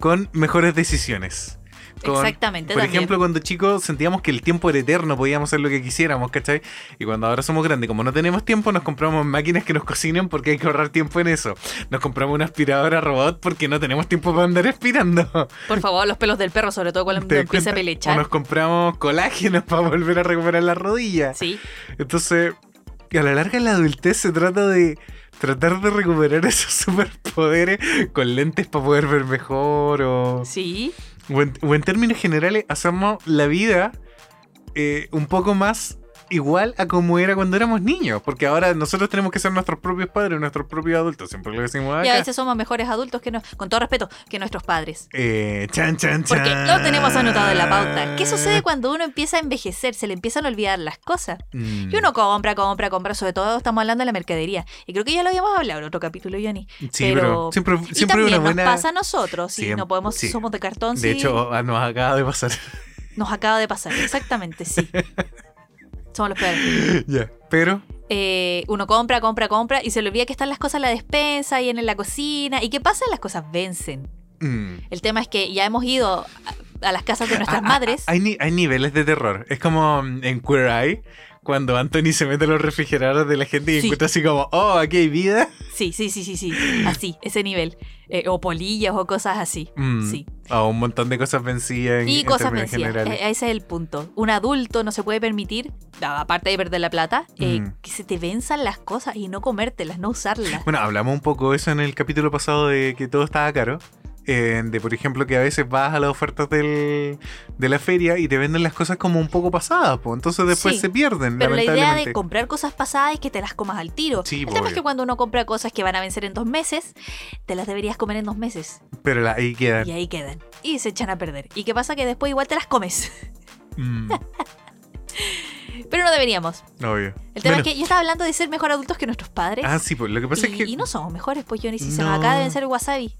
Speaker 1: con mejores decisiones. Con-
Speaker 2: Exactamente.
Speaker 1: por
Speaker 2: también.
Speaker 1: ejemplo, cuando chicos sentíamos que el tiempo era eterno, podíamos hacer lo que quisiéramos, ¿cachai? Y cuando ahora somos grandes, como no tenemos tiempo, nos compramos máquinas que nos cocinen porque hay que ahorrar tiempo en eso. Nos compramos una aspiradora robot porque no tenemos tiempo para andar aspirando.
Speaker 2: Por favor, los pelos del perro, sobre todo cuando
Speaker 1: ¿Te das
Speaker 2: empieza a
Speaker 1: cuenta?
Speaker 2: pelechar.
Speaker 1: O nos compramos colágenos para volver a recuperar las rodillas.
Speaker 2: Sí,
Speaker 1: Entonces, a la larga la adultez se trata de tratar de recuperar esos superpoderes con lentes para poder ver mejor o...
Speaker 2: sí.
Speaker 1: O en, o en términos generales, hacemos la vida eh, un poco más igual a como era cuando éramos niños. Porque ahora nosotros tenemos que ser nuestros propios padres, nuestros propios adultos. Siempre lo decimos
Speaker 2: Y a
Speaker 1: Ah, acá.
Speaker 2: veces somos mejores adultos que nos, con todo respeto, que nuestros padres.
Speaker 1: Eh, chan, chan, chan.
Speaker 2: Porque lo tenemos anotado en la pauta. ¿Qué sucede cuando uno empieza a envejecer? Se le empiezan a olvidar las cosas.
Speaker 1: Mm,
Speaker 2: Y uno compra, compra, compra. Sobre todo estamos hablando de la mercadería. Y creo que ya lo habíamos hablado en otro capítulo, Johnny.
Speaker 1: Sí, pero,
Speaker 2: pero-
Speaker 1: siempre,
Speaker 2: Y
Speaker 1: siempre una
Speaker 2: también
Speaker 1: buena.
Speaker 2: nos pasa a nosotros. Si
Speaker 1: Siem-
Speaker 2: no podemos,
Speaker 1: sí.
Speaker 2: somos de cartón.
Speaker 1: De
Speaker 2: sí.
Speaker 1: hecho, ah, nos acaba de pasar.
Speaker 2: Nos acaba de pasar, exactamente, sí. Somos los peores.
Speaker 1: ya. Pero.
Speaker 2: Eh, uno compra, compra, compra y se le olvida que están las cosas en la despensa y en la cocina. ¿Y qué pasa? Las cosas vencen.
Speaker 1: mm,
Speaker 2: El tema es que ya hemos ido a, a las casas de nuestras
Speaker 1: Ah, ah,
Speaker 2: madres.
Speaker 1: Hay, ni- hay niveles de terror. Es como mm, en Queer Eye, cuando Anthony se mete a los refrigeradores de la gente y
Speaker 2: Sí.
Speaker 1: encuentra así como, oh, aquí hay vida.
Speaker 2: Sí, sí, sí, sí, sí. Así, ese nivel. Eh, o polillas o cosas así.
Speaker 1: Mm.
Speaker 2: Sí.
Speaker 1: a un montón de cosas vencidas en,
Speaker 2: Y
Speaker 1: en
Speaker 2: cosas
Speaker 1: términos
Speaker 2: vencidas.
Speaker 1: generales.
Speaker 2: Eh, ese es el punto. Un adulto no se puede permitir, a- aparte de perder la plata, eh,
Speaker 1: Mm.
Speaker 2: que se te venzan las cosas y no comértelas, no usarlas.
Speaker 1: Bueno, hablamos un poco de eso en el capítulo pasado de que todo estaba caro. eh, de por ejemplo que a veces vas a las ofertas del- de la feria y te venden las cosas como un poco pasadas, pues entonces después
Speaker 2: Sí,
Speaker 1: se pierden,
Speaker 2: Pero la idea
Speaker 1: lamentablemente.
Speaker 2: de comprar cosas pasadas es que te las comas al tiro.
Speaker 1: Sí,
Speaker 2: el
Speaker 1: po,
Speaker 2: tema es
Speaker 1: obvio.
Speaker 2: que cuando uno compra cosas que van a vencer en dos meses, te las deberías comer en dos meses.
Speaker 1: Pero la- ahí quedan.
Speaker 2: Y ahí quedan. Y se echan a perder. ¿Y qué pasa? Que después igual te las comes.
Speaker 1: Mm,
Speaker 2: Pero no deberíamos.
Speaker 1: obvio.
Speaker 2: El
Speaker 1: Bueno,
Speaker 2: tema es que yo estaba hablando de ser mejor adultos que nuestros padres.
Speaker 1: Ah, sí, pues lo que pasa
Speaker 2: y,
Speaker 1: es que.
Speaker 2: y no somos mejores, pues yo ni si se
Speaker 1: No.
Speaker 2: nos acaba de vencer el wasabi.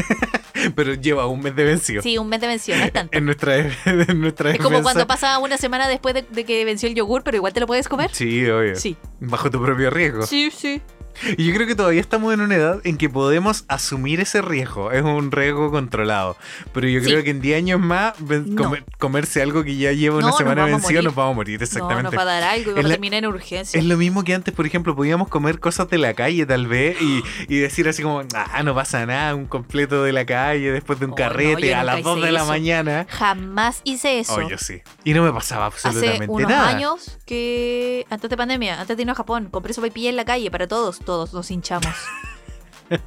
Speaker 1: Pero lleva un mes de vencido.
Speaker 2: Sí, un mes de venció, no es tanto.
Speaker 1: En nuestra, en nuestra
Speaker 2: Es como
Speaker 1: defensa.
Speaker 2: cuando pasa una semana después de, de que venció el yogur, pero igual te lo puedes comer.
Speaker 1: Sí, obvio.
Speaker 2: Sí.
Speaker 1: Bajo tu propio riesgo.
Speaker 2: Sí, sí.
Speaker 1: Y yo creo que todavía estamos en una edad en que podemos asumir ese riesgo. Es un riesgo controlado. Pero yo
Speaker 2: Sí.
Speaker 1: creo que en 10 años más, ven-
Speaker 2: No.
Speaker 1: comer- comerse algo que ya lleva
Speaker 2: No,
Speaker 1: una
Speaker 2: nos
Speaker 1: semana
Speaker 2: vamos a
Speaker 1: vencido,
Speaker 2: morir.
Speaker 1: nos vamos a morir.
Speaker 2: No,
Speaker 1: Exactamente.
Speaker 2: nos va a dar algo y
Speaker 1: Es
Speaker 2: vamos
Speaker 1: la-
Speaker 2: a terminar en urgencia.
Speaker 1: Es lo mismo que antes, por ejemplo, podíamos comer cosas de la calle, tal vez, y, y decir así como, ah, no pasa nada, un completo de la calle después de un
Speaker 2: Oh, no,
Speaker 1: carrete
Speaker 2: yo
Speaker 1: a
Speaker 2: nunca
Speaker 1: las 2
Speaker 2: hice
Speaker 1: de la
Speaker 2: eso.
Speaker 1: mañana.
Speaker 2: Jamás hice eso.
Speaker 1: Oh, yo sí. Y no me pasaba absolutamente
Speaker 2: Hace unos
Speaker 1: nada.
Speaker 2: años que, antes de pandemia, antes de irnos a Japón, compré sopa y pilla en la calle para todos. Todos nos hinchamos.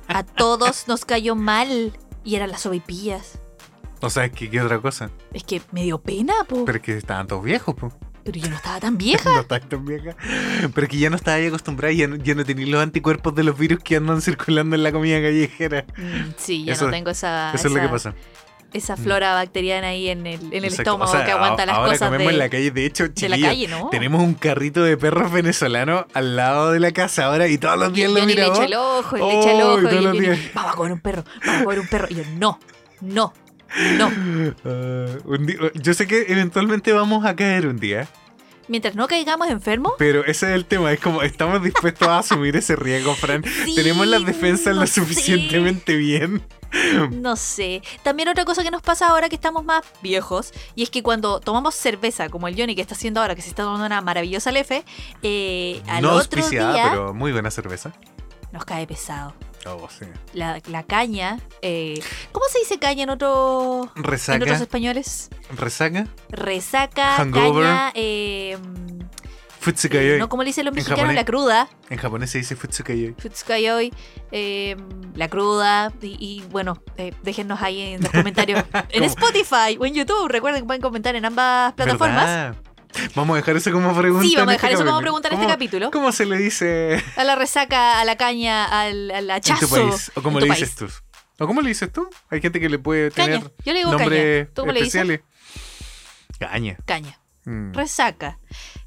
Speaker 2: a todos nos cayó mal y eran las sopaipillas.
Speaker 1: O sea, es que qué otra cosa.
Speaker 2: Es que me dio pena, po. Pero,
Speaker 1: Pero es que estaban todos viejos, po.
Speaker 2: yo no estaba tan vieja.
Speaker 1: No estás tan vieja. Pero es que ya no estaba ahí acostumbrada, ya no, ya no tenía los anticuerpos de los virus que andan circulando en la comida callejera.
Speaker 2: Mm, Sí, ya
Speaker 1: Eso-
Speaker 2: no tengo esa,
Speaker 1: Eso es lo
Speaker 2: Ah, esa-
Speaker 1: que pasa. Mm.
Speaker 2: esa flora bacteriana ahí en el, en el
Speaker 1: Exacto.
Speaker 2: estómago
Speaker 1: O sea,
Speaker 2: que aguanta
Speaker 1: a-
Speaker 2: las
Speaker 1: ahora
Speaker 2: cosas
Speaker 1: comemos
Speaker 2: de,
Speaker 1: en la calle. De hecho,
Speaker 2: de la
Speaker 1: chiquillos,
Speaker 2: calle, ¿no?
Speaker 1: Tenemos un carrito de perros venezolanos al lado de la casa ahora y todos los
Speaker 2: Y
Speaker 1: días
Speaker 2: el
Speaker 1: lo
Speaker 2: Johnny le
Speaker 1: miramos.
Speaker 2: echa el ojo, y le echa el
Speaker 1: Oh,
Speaker 2: ojo.
Speaker 1: y todos los
Speaker 2: Y el Johnny,
Speaker 1: días.
Speaker 2: vamos a comer un perro, vamos a comer un perro. Y yo, no, no, no.
Speaker 1: Ah, un di- yo sé que eventualmente vamos a caer un día,
Speaker 2: Mientras no caigamos enfermos,
Speaker 1: pero ese es el tema. Es como estamos dispuestos a asumir ese riesgo, Fran.
Speaker 2: sí,
Speaker 1: Tenemos las defensas
Speaker 2: no
Speaker 1: lo
Speaker 2: sé,
Speaker 1: suficientemente bien.
Speaker 2: No sé. También otra cosa que nos pasa ahora que estamos más viejos, y es que cuando tomamos cerveza, como el Johnny que está haciendo ahora, que se está tomando una maravillosa lefe, eh, al
Speaker 1: no
Speaker 2: otro
Speaker 1: auspiciada,
Speaker 2: día
Speaker 1: pero muy buena cerveza.
Speaker 2: nos cae pesado.
Speaker 1: Oh, sí.
Speaker 2: La, la caña, eh, ¿cómo se dice caña en, otro, en otros
Speaker 1: Resaca,
Speaker 2: españoles?
Speaker 1: resaca,
Speaker 2: Resaca,
Speaker 1: Hangover.
Speaker 2: caña, eh, mm,
Speaker 1: futsukayoi.
Speaker 2: eh, no como le dicen los
Speaker 1: En
Speaker 2: mexicanos,
Speaker 1: japonés.
Speaker 2: la cruda,
Speaker 1: En japonés se dice futsukayoi.
Speaker 2: Futsukayoi, eh, la cruda, y, y bueno, eh, déjennos ahí en los comentarios, en
Speaker 1: Como-
Speaker 2: Spotify o en YouTube, recuerden que pueden comentar en ambas plataformas.
Speaker 1: ¿Verdad? Vamos a dejar eso como pregunta.
Speaker 2: Sí,
Speaker 1: en
Speaker 2: vamos
Speaker 1: este
Speaker 2: a dejar eso como
Speaker 1: capítulo.
Speaker 2: pregunta en este
Speaker 1: ¿Cómo-
Speaker 2: capítulo.
Speaker 1: ¿Cómo se le dice
Speaker 2: A la resaca, a la caña, al, al hachazo.
Speaker 1: en tu país? ¿O cómo
Speaker 2: en
Speaker 1: le
Speaker 2: tu
Speaker 1: dices tú? ¿O cómo le dices tú? Hay gente que le puede
Speaker 2: Caña.
Speaker 1: tener
Speaker 2: Yo le digo
Speaker 1: nombres
Speaker 2: caña. ¿Tú cómo le dices?
Speaker 1: especiales. Caña.
Speaker 2: Caña.
Speaker 1: Mm,
Speaker 2: Resaca.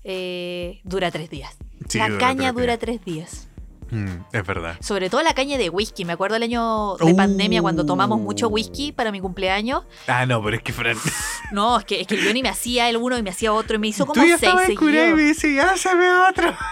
Speaker 2: Eh, dura tres días.
Speaker 1: sí,
Speaker 2: la
Speaker 1: dura
Speaker 2: caña
Speaker 1: tres
Speaker 2: dura
Speaker 1: días.
Speaker 2: tres días.
Speaker 1: Mm, es verdad.
Speaker 2: Sobre todo la caña de whisky. Me acuerdo el año de
Speaker 1: Uh.
Speaker 2: pandemia cuando tomamos mucho whisky para mi cumpleaños.
Speaker 1: Ah, no, pero es que Fran.
Speaker 2: No, es que, es que el Johnny me hacía el uno y me hacía otro y me hizo
Speaker 1: Tú
Speaker 2: como
Speaker 1: ya
Speaker 2: seis
Speaker 1: estabas en cura y
Speaker 2: seguidos.
Speaker 1: me dices, hazme otro.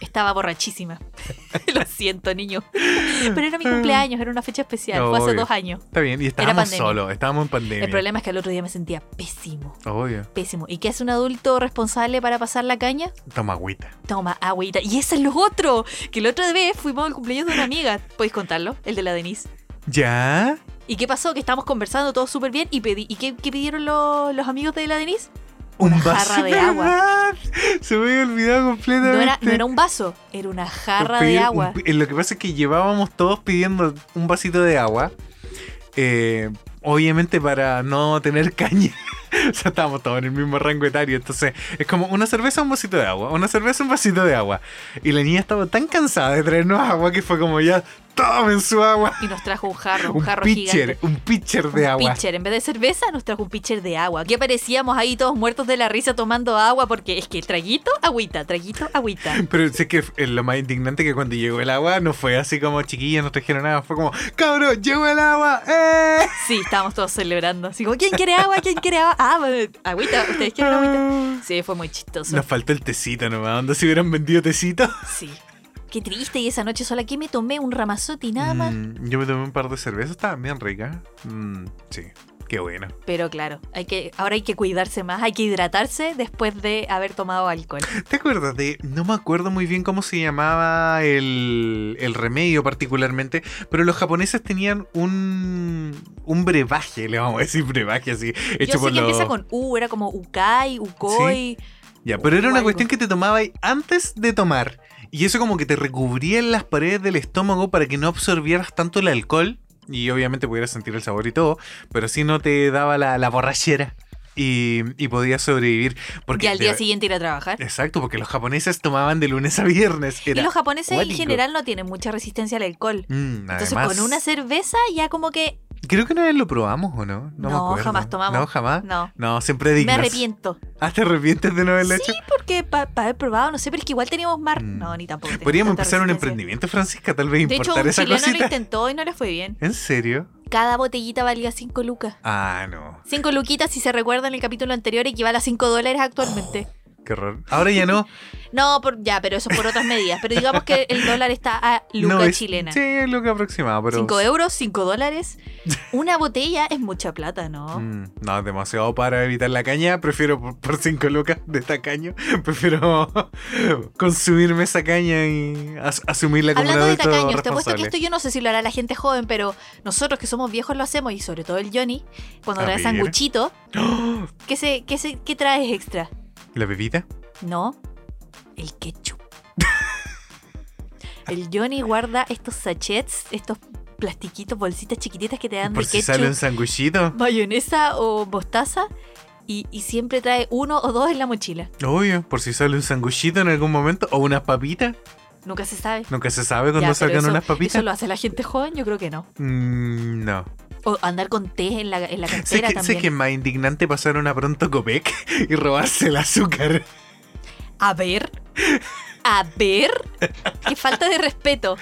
Speaker 2: Estaba borrachísima. Lo siento, niño. Pero era mi cumpleaños, era una fecha especial. Fue hace
Speaker 1: Obvio.
Speaker 2: dos años.
Speaker 1: Está bien, y estábamos
Speaker 2: pandemia.
Speaker 1: solos, estábamos en pandemia.
Speaker 2: El problema es que al otro día me sentía pésimo.
Speaker 1: Obvio.
Speaker 2: Pésimo. ¿Y qué hace un adulto responsable para pasar la caña?
Speaker 1: Toma agüita.
Speaker 2: Toma agüita. Y ese es lo otro. Que la otra vez fuimos al cumpleaños de una amiga. ¿Podéis contarlo? El de la Denise.
Speaker 1: ¿Ya?
Speaker 2: ¿Y qué pasó? Que estábamos conversando todo súper bien. ¿Y, pedí, ¿y qué, qué pidieron lo- los amigos de la Denise? Una jarra de agua.
Speaker 1: ¿verdad? Se me había olvidado completamente.
Speaker 2: No era, no era un vaso, era una jarra
Speaker 1: Pedir
Speaker 2: de
Speaker 1: un
Speaker 2: agua.
Speaker 1: pi- eh, lo que pasa es que llevábamos todos pidiendo un vasito de agua. eh, obviamente para no tener caña. o sea, estábamos todos en el mismo rango etario. Entonces, es como una cerveza, un vasito de agua. Una cerveza, un vasito de agua. Y la niña estaba tan cansada de traernos agua que fue como ya, tomen su agua.
Speaker 2: Y nos trajo un jarro, un,
Speaker 1: Un
Speaker 2: jarro
Speaker 1: pitcher,
Speaker 2: gigante.
Speaker 1: un pitcher de
Speaker 2: un
Speaker 1: agua.
Speaker 2: pitcher. En vez de cerveza, nos trajo un pitcher de agua. Que parecíamos ahí todos muertos de la risa tomando agua porque es que traguito, agüita, traguito, agüita.
Speaker 1: Pero sé que eh, lo más indignante que cuando llegó el agua no fue así como chiquilla, no trajeron nada, fue como, cabrón, llegó el agua, ¡eh!
Speaker 2: Sí, estábamos todos celebrando. Así como, ¿quién quiere agua? ¿Quién quiere agua? Ah, bueno, agüita, ¿ustedes quieren agüita? Sí, fue muy chistoso.
Speaker 1: Nos faltó el tecito nomás, ¿dónde se hubieran vendido tecito?
Speaker 2: Sí. Qué triste y esa noche sola que me tomé un ramazote y nada más.
Speaker 1: Mm, yo me tomé un par de cervezas, estaban bien ricas. Mm, sí, qué bueno.
Speaker 2: Pero claro, hay que, ahora hay que cuidarse más, hay que hidratarse después de haber tomado alcohol.
Speaker 1: ¿Te acuerdas de.? No me acuerdo muy bien cómo se llamaba el, el remedio, particularmente, pero los japoneses tenían un. un brebaje, le vamos a decir brebaje así, hecho
Speaker 2: Yo sé
Speaker 1: por
Speaker 2: que
Speaker 1: los-
Speaker 2: empieza con U, era como Ukai, Ukoi.
Speaker 1: Ya, pero era
Speaker 2: o
Speaker 1: una
Speaker 2: algo.
Speaker 1: cuestión que te tomaba antes de tomar. Y eso como que te recubría en las paredes del estómago para que no absorbieras tanto el alcohol. Y obviamente pudieras sentir el sabor y todo. Pero si no te daba la, la borrachera. Y, y podías sobrevivir. Porque
Speaker 2: y al
Speaker 1: de-
Speaker 2: día siguiente ir a trabajar.
Speaker 1: Exacto, porque los japoneses tomaban de lunes a viernes.
Speaker 2: Y
Speaker 1: Era,
Speaker 2: los japoneses en
Speaker 1: acuático.
Speaker 2: general no tienen mucha resistencia al alcohol.
Speaker 1: Mm,
Speaker 2: Entonces
Speaker 1: además,
Speaker 2: con una cerveza ya como que...
Speaker 1: Creo que una vez lo probamos, ¿o no? No, me
Speaker 2: No,
Speaker 1: acuerdo.
Speaker 2: jamás tomamos.
Speaker 1: No, jamás.
Speaker 2: No,
Speaker 1: No, siempre
Speaker 2: me
Speaker 1: dignas.
Speaker 2: arrepiento.
Speaker 1: Ah, ¿te arrepientes de no haberlo hecho?
Speaker 2: Sí, porque para haber probado, no sé, pero es que igual teníamos mar.
Speaker 1: Mm.
Speaker 2: No, ni tampoco. tenía
Speaker 1: Podríamos
Speaker 2: tanta
Speaker 1: empezar un
Speaker 2: resistencia.
Speaker 1: emprendimiento, Francisca, tal vez
Speaker 2: De hecho,
Speaker 1: importar
Speaker 2: un
Speaker 1: esa
Speaker 2: chileno lo
Speaker 1: cosita.
Speaker 2: intentó y no le fue bien.
Speaker 1: ¿En serio?
Speaker 2: Cada botellita valía 5 lucas.
Speaker 1: Ah, no.
Speaker 2: 5 luquitas, si se recuerdan el capítulo anterior, equivale a 5 dólares actualmente.
Speaker 1: Qué raro. Ahora ya no.
Speaker 2: No, por- ya, pero eso por otras medidas. Pero digamos que el dólar está a luca
Speaker 1: no es-
Speaker 2: chilena.
Speaker 1: Sí, es lo que aproximado, pero.
Speaker 2: 5 euros, 5 dólares. Una botella es mucha plata, ¿no?
Speaker 1: Mm, No, es demasiado para evitar la caña. Prefiero por- por 5 lucas de tacaño. Prefiero consumirme esa caña y as- asumirla como
Speaker 2: Hablando de
Speaker 1: un adulto
Speaker 2: tacaños, te apuesto que
Speaker 1: responsable.
Speaker 2: esto yo no sé si lo hará la gente joven, pero nosotros que somos viejos lo hacemos, y sobre todo el Johnny, cuando
Speaker 1: A
Speaker 2: trae
Speaker 1: ver.
Speaker 2: sanguchito,
Speaker 1: ¡Oh!
Speaker 2: ¿qué, se, qué, se, ¿qué traes extra?
Speaker 1: ¿La bebida?
Speaker 2: No, el ketchup. el Johnny guarda estos sachets, estos plastiquitos, bolsitas chiquititas que te dan
Speaker 1: Por
Speaker 2: de
Speaker 1: si
Speaker 2: ketchup,
Speaker 1: sale un sanguchito.
Speaker 2: mayonesa o mostaza, y, y siempre trae uno o dos en la mochila.
Speaker 1: Obvio, por si sale un sanguchito en algún momento. O unas papitas.
Speaker 2: Nunca se sabe.
Speaker 1: Nunca se sabe cuando
Speaker 2: Ya, pero
Speaker 1: salgan
Speaker 2: eso-
Speaker 1: unas
Speaker 2: ¿Eso
Speaker 1: papitas.
Speaker 2: lo hace la gente joven? Yo creo que no.
Speaker 1: Mm, no.
Speaker 2: O andar con té en la, en la
Speaker 1: Sé
Speaker 2: cartera
Speaker 1: que, sé
Speaker 2: también.
Speaker 1: que es más indignante pasar una pronto Copec y robarse el azúcar.
Speaker 2: A ver. A ver. Qué falta de respeto.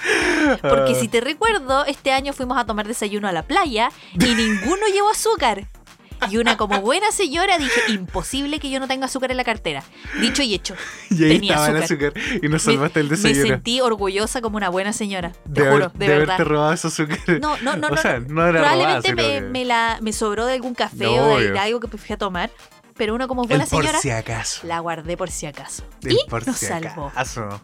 Speaker 1: Ah.
Speaker 2: Porque si te recuerdo, este año fuimos a tomar desayuno a la playa y ninguno llevó azúcar. Y una como buena señora dije, imposible que yo no tenga azúcar en la cartera. Dicho y hecho.
Speaker 1: Y ahí
Speaker 2: tenía
Speaker 1: estaba el azúcar y nos
Speaker 2: Me-
Speaker 1: salvaste el
Speaker 2: Me
Speaker 1: desayuno.
Speaker 2: sentí orgullosa como una buena señora. Te
Speaker 1: de haber-
Speaker 2: juro, de,
Speaker 1: de
Speaker 2: verdad.
Speaker 1: haberte robado ese azúcar.
Speaker 2: No, no, no,
Speaker 1: o
Speaker 2: no.
Speaker 1: sea, no era robado,
Speaker 2: Probablemente
Speaker 1: sino
Speaker 2: me,
Speaker 1: que-
Speaker 2: me la, me sobró de algún café
Speaker 1: No,
Speaker 2: o de,
Speaker 1: obvio.
Speaker 2: algo que me fui a tomar. Pero una como
Speaker 1: el
Speaker 2: buena señora
Speaker 1: por si acaso.
Speaker 2: la guardé por si acaso.
Speaker 1: El
Speaker 2: y
Speaker 1: por
Speaker 2: nos
Speaker 1: si
Speaker 2: salvó.
Speaker 1: acaso.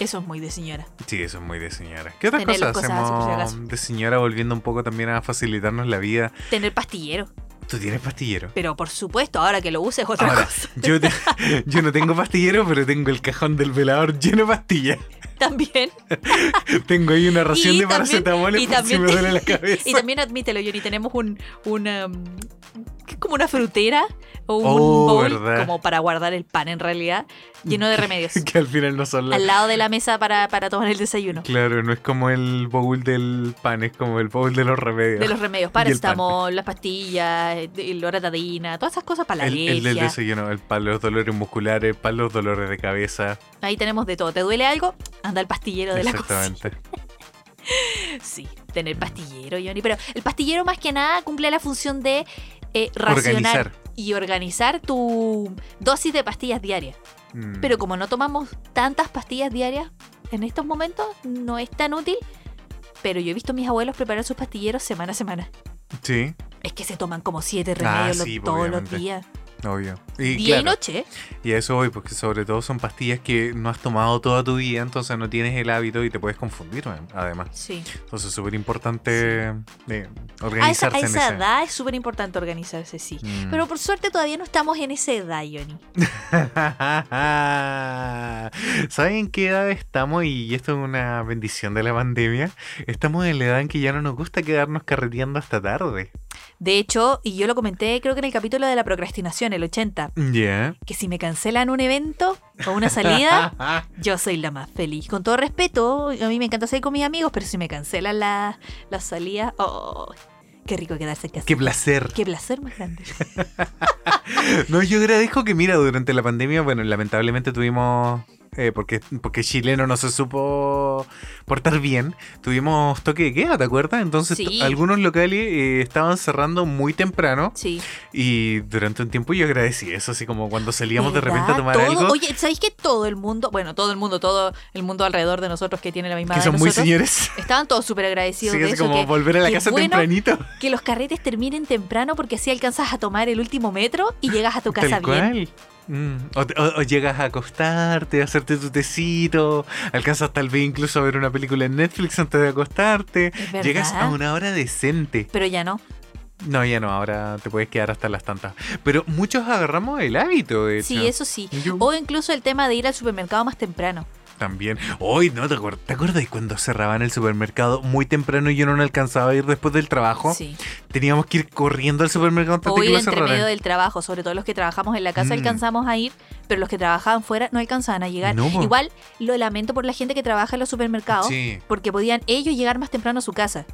Speaker 2: Eso es muy de señora.
Speaker 1: Sí, eso es muy de señora. ¿Qué otras
Speaker 2: Tener
Speaker 1: cosas
Speaker 2: las cosas así por si
Speaker 1: hacemos
Speaker 2: acaso.
Speaker 1: de señora volviendo un poco también a facilitarnos la vida?
Speaker 2: Tener pastillero.
Speaker 1: ¿Tú tienes pastillero?
Speaker 2: Pero por supuesto, ahora que lo uses otra
Speaker 1: Ahora,
Speaker 2: cosa.
Speaker 1: yo, te- yo no tengo pastillero, pero tengo el cajón del velador lleno de pastillas.
Speaker 2: También.
Speaker 1: Tengo ahí una ración
Speaker 2: Y
Speaker 1: de
Speaker 2: también-
Speaker 1: paracetamol
Speaker 2: y
Speaker 1: por si
Speaker 2: también
Speaker 1: me
Speaker 2: te-
Speaker 1: duele la cabeza.
Speaker 2: Y también admítelo, Johnny, tenemos un, una, mm, ¿qué es como una frutera o un
Speaker 1: Oh,
Speaker 2: bowl
Speaker 1: verdad.
Speaker 2: como para guardar el pan en realidad, lleno de remedios.
Speaker 1: que al final no son las...
Speaker 2: al lado de la mesa para, para tomar el desayuno.
Speaker 1: Claro, no es como el bowl del pan, es como el bowl de los remedios.
Speaker 2: De los remedios,
Speaker 1: pan. pues.
Speaker 2: paracetamol, las pastillas, el- la oratadina, todas esas cosas para la
Speaker 1: El, el del
Speaker 2: alergia.
Speaker 1: desayuno, el para los dolores musculares, para los dolores de cabeza.
Speaker 2: Ahí tenemos de todo. ¿Te duele algo? Anda al pastillero de la cocina.
Speaker 1: Exactamente.
Speaker 2: Sí, tener pastillero, Johnny. Pero el pastillero más que nada cumple la función de eh, racionar
Speaker 1: Organizar.
Speaker 2: y organizar tu dosis de pastillas diarias.
Speaker 1: Mm.
Speaker 2: Pero como no tomamos tantas pastillas diarias en estos momentos, no es tan útil. Pero yo he visto a mis abuelos preparar sus pastilleros semana a semana.
Speaker 1: Sí,
Speaker 2: Es que se toman como siete
Speaker 1: Ah,
Speaker 2: remedios lo-
Speaker 1: sí,
Speaker 2: todos
Speaker 1: obviamente.
Speaker 2: los días.
Speaker 1: obvio. Y,
Speaker 2: Día y
Speaker 1: claro,
Speaker 2: noche.
Speaker 1: y a eso voy, porque sobre todo son pastillas que no has tomado toda tu vida, entonces no tienes el hábito y te puedes confundir, man, además.
Speaker 2: Sí.
Speaker 1: Entonces es súper importante eh,
Speaker 2: A esa, a
Speaker 1: organizarse en
Speaker 2: esa
Speaker 1: ese-
Speaker 2: edad es súper importante organizarse, sí.
Speaker 1: Mm.
Speaker 2: Pero por suerte todavía no estamos en esa edad, Johnny.
Speaker 1: ¿Saben en qué edad estamos? Y esto es una bendición de la pandemia. Estamos en la edad en que ya no nos gusta quedarnos carreteando hasta tarde.
Speaker 2: De hecho, y yo lo comenté creo que en el capítulo de la procrastinación, el 80,
Speaker 1: Ya.
Speaker 2: que si me cancelan un evento o una salida, Yo soy la más feliz. Con todo respeto, a mí me encanta salir con mis amigos, pero si me cancelan la- las salidas, oh, qué rico quedarse en casa.
Speaker 1: Qué placer.
Speaker 2: Qué placer más grande.
Speaker 1: No, yo agradezco que, mira, durante la pandemia, bueno, lamentablemente tuvimos. eh, porque, porque chileno no se supo portar bien. Tuvimos toque de queda, ¿te acuerdas? Entonces,
Speaker 2: Sí.
Speaker 1: to- algunos locales eh, estaban cerrando muy temprano.
Speaker 2: Sí.
Speaker 1: Y durante un tiempo yo agradecí eso, así como cuando salíamos de repente a tomar
Speaker 2: ¿Verdad? Todo-
Speaker 1: algo.
Speaker 2: Oye, ¿sabéis que todo el mundo, bueno, todo el mundo, todo el mundo alrededor de nosotros que tiene la misma
Speaker 1: que
Speaker 2: edad
Speaker 1: son
Speaker 2: de
Speaker 1: muy
Speaker 2: nosotros,
Speaker 1: señores.
Speaker 2: Estaban todos súper agradecidos
Speaker 1: Sí,
Speaker 2: de
Speaker 1: así
Speaker 2: eso,
Speaker 1: como
Speaker 2: que,
Speaker 1: volver a la
Speaker 2: qué
Speaker 1: casa
Speaker 2: bueno
Speaker 1: tempranito.
Speaker 2: que los carretes terminen temprano porque así alcanzas a tomar el último metro y llegas a tu casa
Speaker 1: Tal
Speaker 2: bien.
Speaker 1: cual. Mm, O, te- o- o llegas a acostarte, a hacerte tu tecito, alcanzas tal vez incluso a ver una película en Netflix antes de acostarte.
Speaker 2: Es verdad.
Speaker 1: Llegas a una hora decente.
Speaker 2: Pero ya no.
Speaker 1: No, ya no, ahora te puedes quedar hasta las tantas. Pero muchos agarramos el hábito, de hecho.
Speaker 2: Sí, eso sí.
Speaker 1: Yo
Speaker 2: O incluso el tema de ir al supermercado más temprano.
Speaker 1: también. Hoy, ¿no? ¿Te, acuer- ¿Te acuerdas cuando cerraban el supermercado muy temprano y yo no me alcanzaba a ir después del trabajo?
Speaker 2: Sí.
Speaker 1: Teníamos que ir corriendo al supermercado antes
Speaker 2: O
Speaker 1: de que
Speaker 2: ir
Speaker 1: lo
Speaker 2: entre medio
Speaker 1: cerraran.
Speaker 2: del trabajo, sobre todo los que trabajamos en la casa
Speaker 1: Mm.
Speaker 2: alcanzamos a ir, pero los que trabajaban fuera no alcanzaban a llegar.
Speaker 1: No, po.
Speaker 2: Igual lo lamento por la gente que trabaja en los supermercados,
Speaker 1: Sí.
Speaker 2: porque podían ellos llegar más temprano a su casa,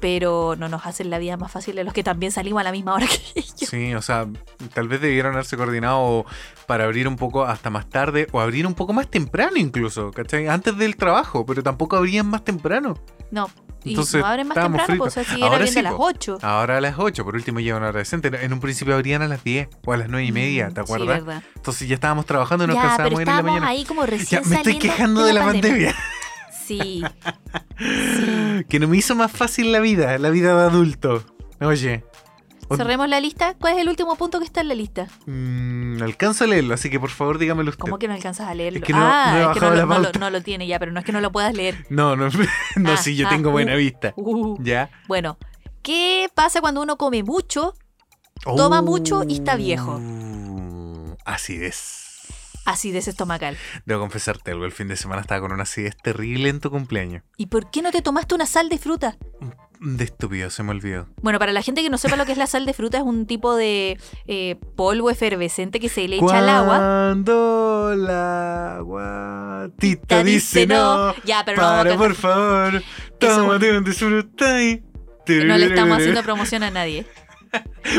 Speaker 2: pero no nos hacen la vida más fácil a los que también salimos a la misma hora que ellos.
Speaker 1: Sí, o sea, tal vez debieron haberse coordinado para abrir un poco hasta más tarde o abrir un poco más temprano incluso, ¿cachai? Antes del trabajo, pero tampoco abrían más temprano.
Speaker 2: No,
Speaker 1: Entonces,
Speaker 2: y no abren más
Speaker 1: estábamos
Speaker 2: temprano,
Speaker 1: fritos.
Speaker 2: pues, o sea, si
Speaker 1: Ahora
Speaker 2: era
Speaker 1: sí,
Speaker 2: bien de las
Speaker 1: po.
Speaker 2: 8.
Speaker 1: Ahora a las 8, por último llevan una hora decente. En un principio abrían a las 10 o a las 9 y media, ¿te
Speaker 2: Mm, Sí,
Speaker 1: acuerdas?
Speaker 2: verdad.
Speaker 1: Entonces ya estábamos trabajando y nos
Speaker 2: ya, pero
Speaker 1: cansábamos ir en la
Speaker 2: estábamos
Speaker 1: mañana.
Speaker 2: ahí como
Speaker 1: Ya,
Speaker 2: recién
Speaker 1: me estoy
Speaker 2: saliendo
Speaker 1: quejando de la pandemia,
Speaker 2: Sí. sí.
Speaker 1: que no me hizo más fácil la vida, la vida de adulto. Oye, o-
Speaker 2: Cerremos la lista. ¿Cuál es el último punto que está en la lista?
Speaker 1: mm, alcanzo a leerlo, así que por favor dígamelo usted.
Speaker 2: ¿Cómo que no alcanzas a leerlo?
Speaker 1: Es que no- no he
Speaker 2: ah, es que no,
Speaker 1: bajado la
Speaker 2: lo- no lo,
Speaker 1: pauta.
Speaker 2: no lo tiene ya, pero no es que no lo puedas leer.
Speaker 1: No, no, no,
Speaker 2: Ah,
Speaker 1: sí, yo
Speaker 2: ah,
Speaker 1: tengo buena
Speaker 2: uh.
Speaker 1: vista.
Speaker 2: Uh,
Speaker 1: ¿Ya?
Speaker 2: Bueno, ¿qué pasa cuando uno come mucho? Toma mucho y está viejo.
Speaker 1: Uh, Acidez.
Speaker 2: Acidez estomacal.
Speaker 1: Debo confesarte algo, el fin de semana estaba con una acidez terrible en tu cumpleaños.
Speaker 2: ¿Y por qué no te tomaste una sal de fruta?
Speaker 1: De estúpido, se me olvidó.
Speaker 2: Bueno, para la gente que no sepa lo que es la sal de fruta, es un tipo de eh, polvo efervescente que se le echa al agua.
Speaker 1: Cuando el agua tita
Speaker 2: Te
Speaker 1: dice no,
Speaker 2: Ya, pero no vamos a
Speaker 1: para
Speaker 2: cantar.
Speaker 1: por favor, tómate un disfruta y...
Speaker 2: no le estamos haciendo promoción a nadie.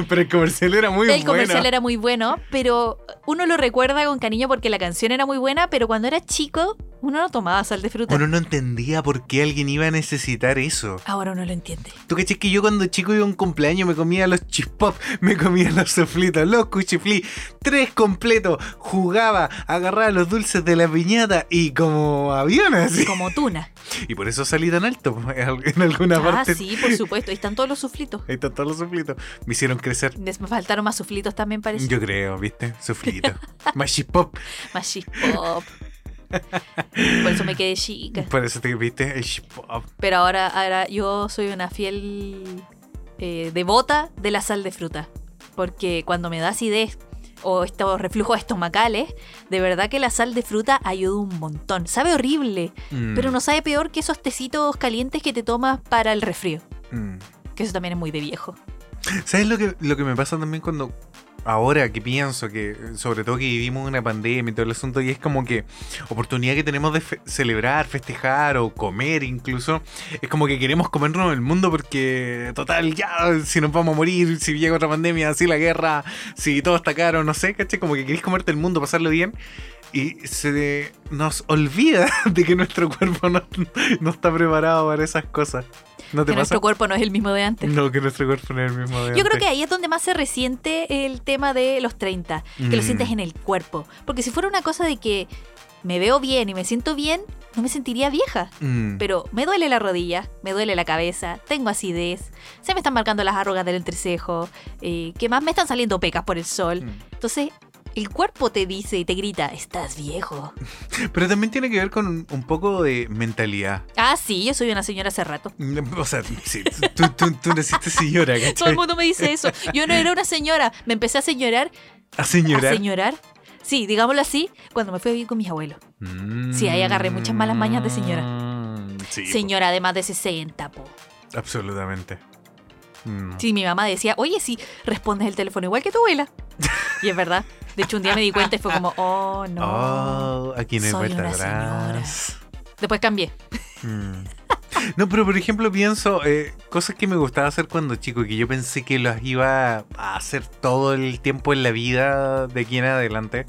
Speaker 1: Pero el comercial era muy
Speaker 2: El
Speaker 1: bueno.
Speaker 2: comercial era muy bueno, pero uno lo recuerda con cariño porque la canción era muy buena, pero cuando era chico uno no tomaba sal de fruta.
Speaker 1: Uno no entendía por qué alguien iba a necesitar eso.
Speaker 2: Ahora uno lo entiende.
Speaker 1: ¿Tú caché que yo cuando chico iba a un cumpleaños me comía los chispop, me comía los soflitos, los cuchiflí, tres completos, jugaba, agarraba los dulces de la piñata y como aviones. así.
Speaker 2: Como tuna.
Speaker 1: Y por eso salí tan alto pues, en al- en alguna
Speaker 2: ah,
Speaker 1: parte.
Speaker 2: sí, por supuesto. Ahí están todos los suflitos.
Speaker 1: Ahí están todos los soflitos. Me hicieron crecer.
Speaker 2: Les faltaron más suflitos también, parece.
Speaker 1: Yo creo, ¿viste? Soflito. Más chispop.
Speaker 2: Más chispop. Por eso me quedé chica.
Speaker 1: Por eso te viste el chispop.
Speaker 2: Pero ahora, ahora yo soy una fiel eh, devota de la sal de fruta. Porque cuando me da acidez o estos reflujos estomacales, de verdad que la sal de fruta ayuda un montón. Sabe horrible,
Speaker 1: Mm,
Speaker 2: pero no sabe peor que esos tecitos calientes que te tomas para el resfrío.
Speaker 1: mm.
Speaker 2: Que eso también es muy de viejo.
Speaker 1: ¿Sabes lo que, lo que me pasa también cuando ahora que pienso que, eh, sobre todo que vivimos una pandemia y todo el asunto, y es como que oportunidad que tenemos de fe- celebrar, festejar o comer incluso, es como que queremos comernos el mundo porque total, ya, si nos vamos a morir, si llega otra pandemia, si la guerra, si todo está caro, no sé, caché, como que querés comerte el mundo, pasarlo bien. Y se nos olvida de que nuestro cuerpo no, no está preparado para esas cosas. ¿No te
Speaker 2: Que
Speaker 1: pasa?
Speaker 2: nuestro cuerpo no es el mismo de antes.
Speaker 1: No, que nuestro cuerpo no es el mismo de
Speaker 2: Yo creo
Speaker 1: antes.
Speaker 2: que ahí es donde más se resiente el tema de los 30, que lo
Speaker 1: Mm.
Speaker 2: sientes en el cuerpo. Porque si fuera una cosa de que me veo bien y me siento bien, no me sentiría vieja.
Speaker 1: Mm.
Speaker 2: Pero me duele la rodilla, me duele la cabeza, tengo acidez, se me están marcando las arrugas del entrecejo, eh, que más me están saliendo pecas por el sol.
Speaker 1: Mm.
Speaker 2: Entonces, el cuerpo te dice y te grita, estás viejo.
Speaker 1: Pero también tiene que ver con un, un poco de mentalidad.
Speaker 2: Ah, sí, yo soy una señora hace rato.
Speaker 1: Mm, O sea, sí, tú, tú, tú naciste señora,
Speaker 2: Todo el
Speaker 1: ¿cachai?
Speaker 2: mundo me dice eso. Yo no era una señora, me empecé a señorar
Speaker 1: A señorar.
Speaker 2: a señorar. Sí, digámoslo así, cuando me fui a vivir con mis abuelos.
Speaker 1: Mm.
Speaker 2: Sí, ahí agarré muchas malas mañas de señora.
Speaker 1: Sí,
Speaker 2: Señora de más de 60, po.
Speaker 1: po, absolutamente. Mm.
Speaker 2: Sí, mi mamá decía, oye, sí, respondes el teléfono igual que tu abuela. Y es verdad. De hecho, un día me di cuenta y fue como, oh, no.
Speaker 1: Oh, aquí no hay
Speaker 2: Soy
Speaker 1: vuelta
Speaker 2: una señora.
Speaker 1: atrás.
Speaker 2: Después cambié.
Speaker 1: Mm. No, pero por ejemplo pienso eh, cosas que me gustaba hacer cuando chico, que yo pensé que las iba a hacer todo el tiempo en la vida de aquí en adelante.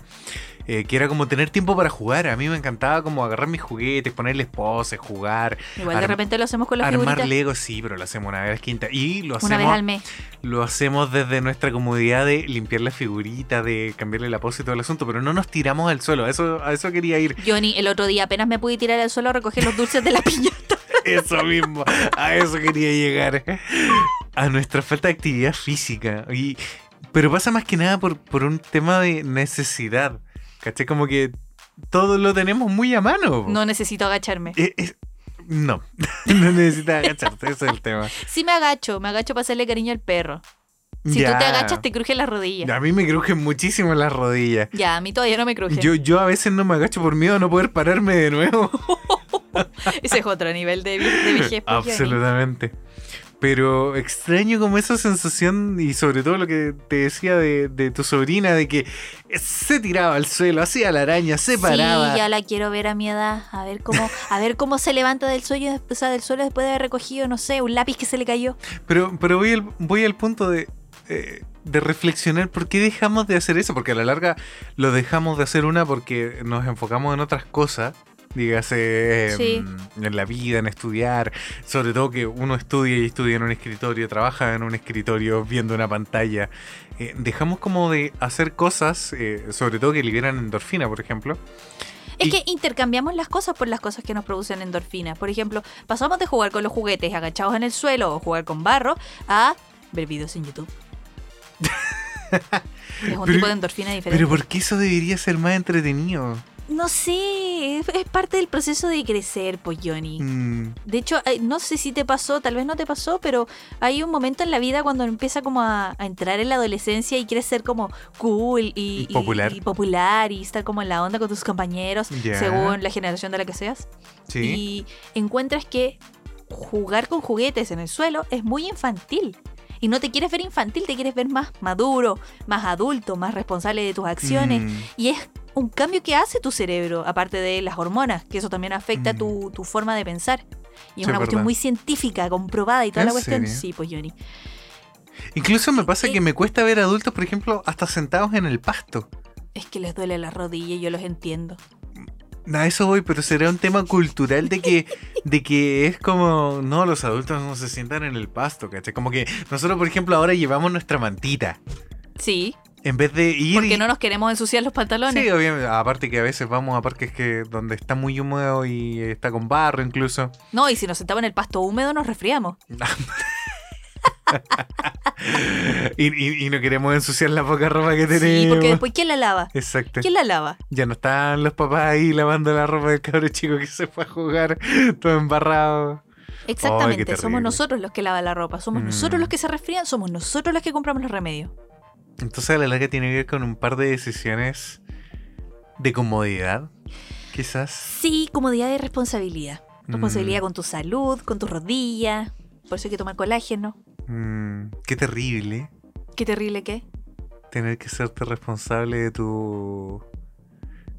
Speaker 1: eh, que era como tener tiempo para jugar. A mí me encantaba como agarrar mis juguetes, ponerles poses, jugar,
Speaker 2: Igual de
Speaker 1: Arm-
Speaker 2: repente lo hacemos con las
Speaker 1: armar
Speaker 2: figuritas.
Speaker 1: Lego, sí, pero lo hacemos una vez a la quinta. Y lo
Speaker 2: Una vez al
Speaker 1: hacemos,
Speaker 2: mes.
Speaker 1: lo hacemos desde nuestra comodidad de limpiar la figurita, de cambiarle la pose y todo el asunto, pero no nos tiramos al suelo. A eso, a eso quería ir.
Speaker 2: Johnny, el otro día apenas me pude tirar al suelo a recoger los dulces de la piña.
Speaker 1: Eso mismo, a eso quería llegar. A nuestra falta de actividad física. Y, pero pasa más que nada por, por un tema de necesidad. ¿Cachai? Como que todo lo tenemos muy a mano. po.
Speaker 2: No necesito agacharme.
Speaker 1: Eh, eh, no, no necesitas agacharte, ese es el tema.
Speaker 2: Sí me agacho, me agacho para hacerle cariño al perro. Si tú
Speaker 1: Ya.
Speaker 2: te agachas, te crujen las rodillas. Ya.
Speaker 1: A mí me crujen muchísimo las rodillas.
Speaker 2: a mí todavía no me crujen.
Speaker 1: Yo, yo a veces no me agacho por miedo a no poder pararme de nuevo.
Speaker 2: Ese es otro nivel de, vi- de vejez. pues, Johnny.
Speaker 1: Ah, Absolutamente. Pero extraño como esa sensación y sobre todo lo que te decía de, de tu sobrina, de que se tiraba al suelo, hacía la araña, se paraba.
Speaker 2: Sí, ya la quiero ver a mi edad, a ver cómo, a ver cómo se levanta del suelo, o sea, del suelo después de haber recogido, no sé, un lápiz que se le cayó.
Speaker 1: Pero, pero voy, al, voy al punto de, eh, de reflexionar por qué dejamos de hacer eso, porque a la larga lo dejamos de hacer una porque nos enfocamos en otras cosas dígase
Speaker 2: Sí.
Speaker 1: em, en la vida, en estudiar, sobre todo que uno estudia y estudia en un escritorio, trabaja en un escritorio viendo una pantalla. Eh, dejamos como de hacer cosas, eh, sobre todo que liberan endorfina, por ejemplo.
Speaker 2: Es
Speaker 1: Y-
Speaker 2: que intercambiamos las cosas por las cosas que nos producen endorfinas. Por ejemplo, pasamos de jugar con los juguetes agachados en el suelo o jugar con barro a ver videos en YouTube. es
Speaker 1: Pero-
Speaker 2: un tipo de endorfina diferente.
Speaker 1: Pero ¿por qué eso debería ser más entretenido?
Speaker 2: No sé, es, es parte del proceso de crecer, pues Johnny.
Speaker 1: Mm,
Speaker 2: De hecho, eh, no sé si te pasó, tal vez no te pasó, pero hay un momento en la vida cuando empieza como a, a entrar en la adolescencia y quieres ser como cool y,
Speaker 1: Y popular.
Speaker 2: y popular y estar como en la onda con tus compañeros,
Speaker 1: Ya.
Speaker 2: según la generación de la que seas.
Speaker 1: sí.
Speaker 2: Y encuentras que jugar con juguetes en el suelo es muy infantil. Y no te quieres ver infantil, te quieres ver más maduro, más adulto, más responsable de tus acciones.
Speaker 1: Mm.
Speaker 2: Y es un cambio que hace tu cerebro, aparte de las hormonas, que eso también afecta
Speaker 1: Mm.
Speaker 2: tu, tu forma de pensar. Y
Speaker 1: Sí,
Speaker 2: es una
Speaker 1: es
Speaker 2: cuestión
Speaker 1: verdad.
Speaker 2: muy científica, comprobada y toda
Speaker 1: ¿En
Speaker 2: la cuestión.
Speaker 1: serio?
Speaker 2: Sí, pues Johnny.
Speaker 1: Incluso me pasa
Speaker 2: y-
Speaker 1: que me cuesta ver adultos, por ejemplo, hasta sentados en el pasto.
Speaker 2: Es que les duele la rodilla y yo los entiendo.
Speaker 1: A eso voy, pero será un tema cultural de que, de que es como, no, los adultos no se sientan en el pasto, ¿cachai? Como que nosotros, por ejemplo, ahora llevamos nuestra mantita.
Speaker 2: Sí,
Speaker 1: En vez de ir... y-
Speaker 2: porque no nos queremos ensuciar los pantalones.
Speaker 1: Sí, obviamente. Aparte que a veces vamos a parques que donde está muy húmedo y está con barro incluso.
Speaker 2: No, y si nos sentamos en el pasto húmedo nos resfriamos.
Speaker 1: Y, y- y no queremos ensuciar la poca ropa que tenemos.
Speaker 2: Sí, porque después, ¿quién la lava?
Speaker 1: Exacto.
Speaker 2: ¿Quién la lava?
Speaker 1: Ya no están los papás ahí lavando la ropa del cabro chico que se fue a jugar todo embarrado.
Speaker 2: Exactamente,
Speaker 1: terrible.
Speaker 2: somos nosotros los que lavan la ropa, somos
Speaker 1: Mm.
Speaker 2: nosotros los que se resfrían, somos nosotros los que compramos los remedios.
Speaker 1: Entonces a la larga tiene que ver con un par de decisiones de comodidad, quizás.
Speaker 2: Sí, comodidad y responsabilidad.
Speaker 1: Mm,
Speaker 2: Responsabilidad con tu salud, con tus rodillas. Por eso hay que tomar colágeno.
Speaker 1: mm, qué terrible
Speaker 2: Qué terrible que. es.
Speaker 1: tener que serte responsable de tu...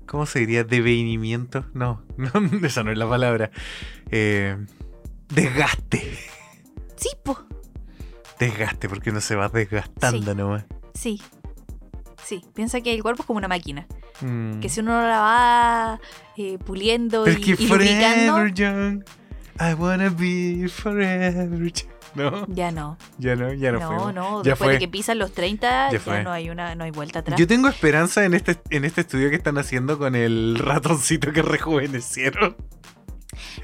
Speaker 1: ¿Cómo se diría? ¿Devenimiento? No, no, esa no es la palabra. Eh, desgaste.
Speaker 2: Sí, po.
Speaker 1: Desgaste, porque uno se va desgastando nomás.
Speaker 2: Sí. Sí. Piensa que el cuerpo es como una máquina.
Speaker 1: Mm.
Speaker 2: Que si uno no la va eh, puliendo y,
Speaker 1: Pero es que
Speaker 2: y lubricando,
Speaker 1: forever young, I wanna be forever young. No,
Speaker 2: ya no.
Speaker 1: ya no, ya no,
Speaker 2: No,
Speaker 1: fuimos.
Speaker 2: no.
Speaker 1: Ya
Speaker 2: Después
Speaker 1: fue.
Speaker 2: de que pisan los 30,
Speaker 1: Ya
Speaker 2: ya,
Speaker 1: fue.
Speaker 2: no hay una, no hay vuelta atrás.
Speaker 1: Yo tengo esperanza en este, en este estudio que están haciendo con el ratoncito que rejuvenecieron.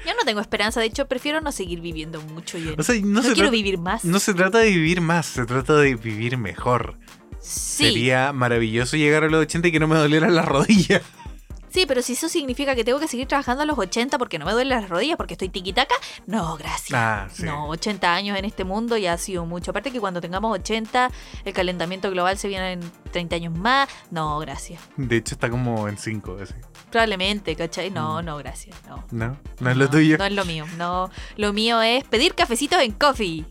Speaker 2: Yo no tengo esperanza, de hecho, prefiero no seguir viviendo mucho. Yo
Speaker 1: O sea, no,
Speaker 2: no
Speaker 1: se
Speaker 2: quiero
Speaker 1: trata,
Speaker 2: vivir más.
Speaker 1: no se trata de vivir más, se trata de vivir mejor.
Speaker 2: sí.
Speaker 1: Sería maravilloso llegar a los 80 y que no me dolieran las rodillas.
Speaker 2: Sí, pero si eso significa que tengo que seguir trabajando a los 80 porque no me duelen las rodillas, porque estoy tiquitaca, no, gracias.
Speaker 1: Ah, sí.
Speaker 2: No, 80 años en este mundo ya ha sido mucho. Aparte que cuando tengamos 80, el calentamiento global se viene en 30 años más. No, gracias.
Speaker 1: De hecho, está como en 5, así.
Speaker 2: Probablemente, ¿cachai? No,
Speaker 1: Mm.
Speaker 2: no, gracias. No.
Speaker 1: ¿No? No es lo tuyo.
Speaker 2: No es lo mío. No, lo mío es pedir cafecitos en coffee.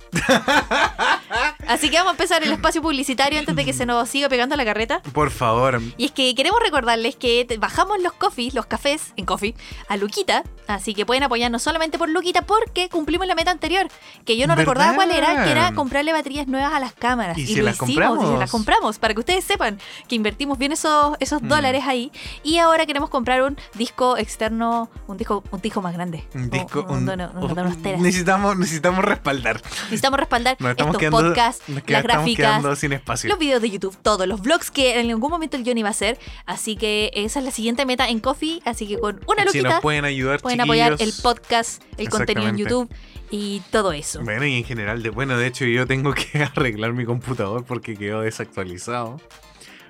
Speaker 2: Así que vamos a empezar el espacio publicitario antes de que se nos siga pegando la carreta.
Speaker 1: Por favor,
Speaker 2: Y es que queremos recordarles que te- bajamos los coffees, los cafés en coffee, a Luquita. Así que pueden apoyarnos solamente por Luquita porque cumplimos la meta anterior. Que yo no
Speaker 1: ¿Verdad?
Speaker 2: recordaba cuál era, que era comprarle baterías nuevas a las cámaras.
Speaker 1: Y
Speaker 2: Y,
Speaker 1: se
Speaker 2: lo
Speaker 1: las
Speaker 2: hicimos,
Speaker 1: compramos.
Speaker 2: y se las compramos. Para que ustedes sepan que invertimos bien esos, esos
Speaker 1: Mm.
Speaker 2: dólares ahí. Y ahora queremos comprar un disco externo, un disco, un disco más grande. Oh,
Speaker 1: un disco.
Speaker 2: Un, un, dono- un- unos teras.
Speaker 1: necesitamos, necesitamos respaldar.
Speaker 2: Necesitamos respaldar
Speaker 1: Nos estamos
Speaker 2: estos
Speaker 1: quedando,
Speaker 2: podcasts,
Speaker 1: nos queda-
Speaker 2: las
Speaker 1: estamos
Speaker 2: gráficas,
Speaker 1: quedando sin espacio.
Speaker 2: los videos de YouTube, todos los vlogs que en algún momento el Johnny va a hacer. Así que esa es la siguiente meta en Coffee. Así que con una
Speaker 1: si nos
Speaker 2: loquita
Speaker 1: pueden ayudar,
Speaker 2: pueden apoyar el
Speaker 1: chiquillos.
Speaker 2: podcast, el contenido en
Speaker 1: Exactamente.
Speaker 2: YouTube y todo eso.
Speaker 1: Bueno, y en general, de, bueno, de hecho yo tengo que arreglar mi computador porque quedó desactualizado.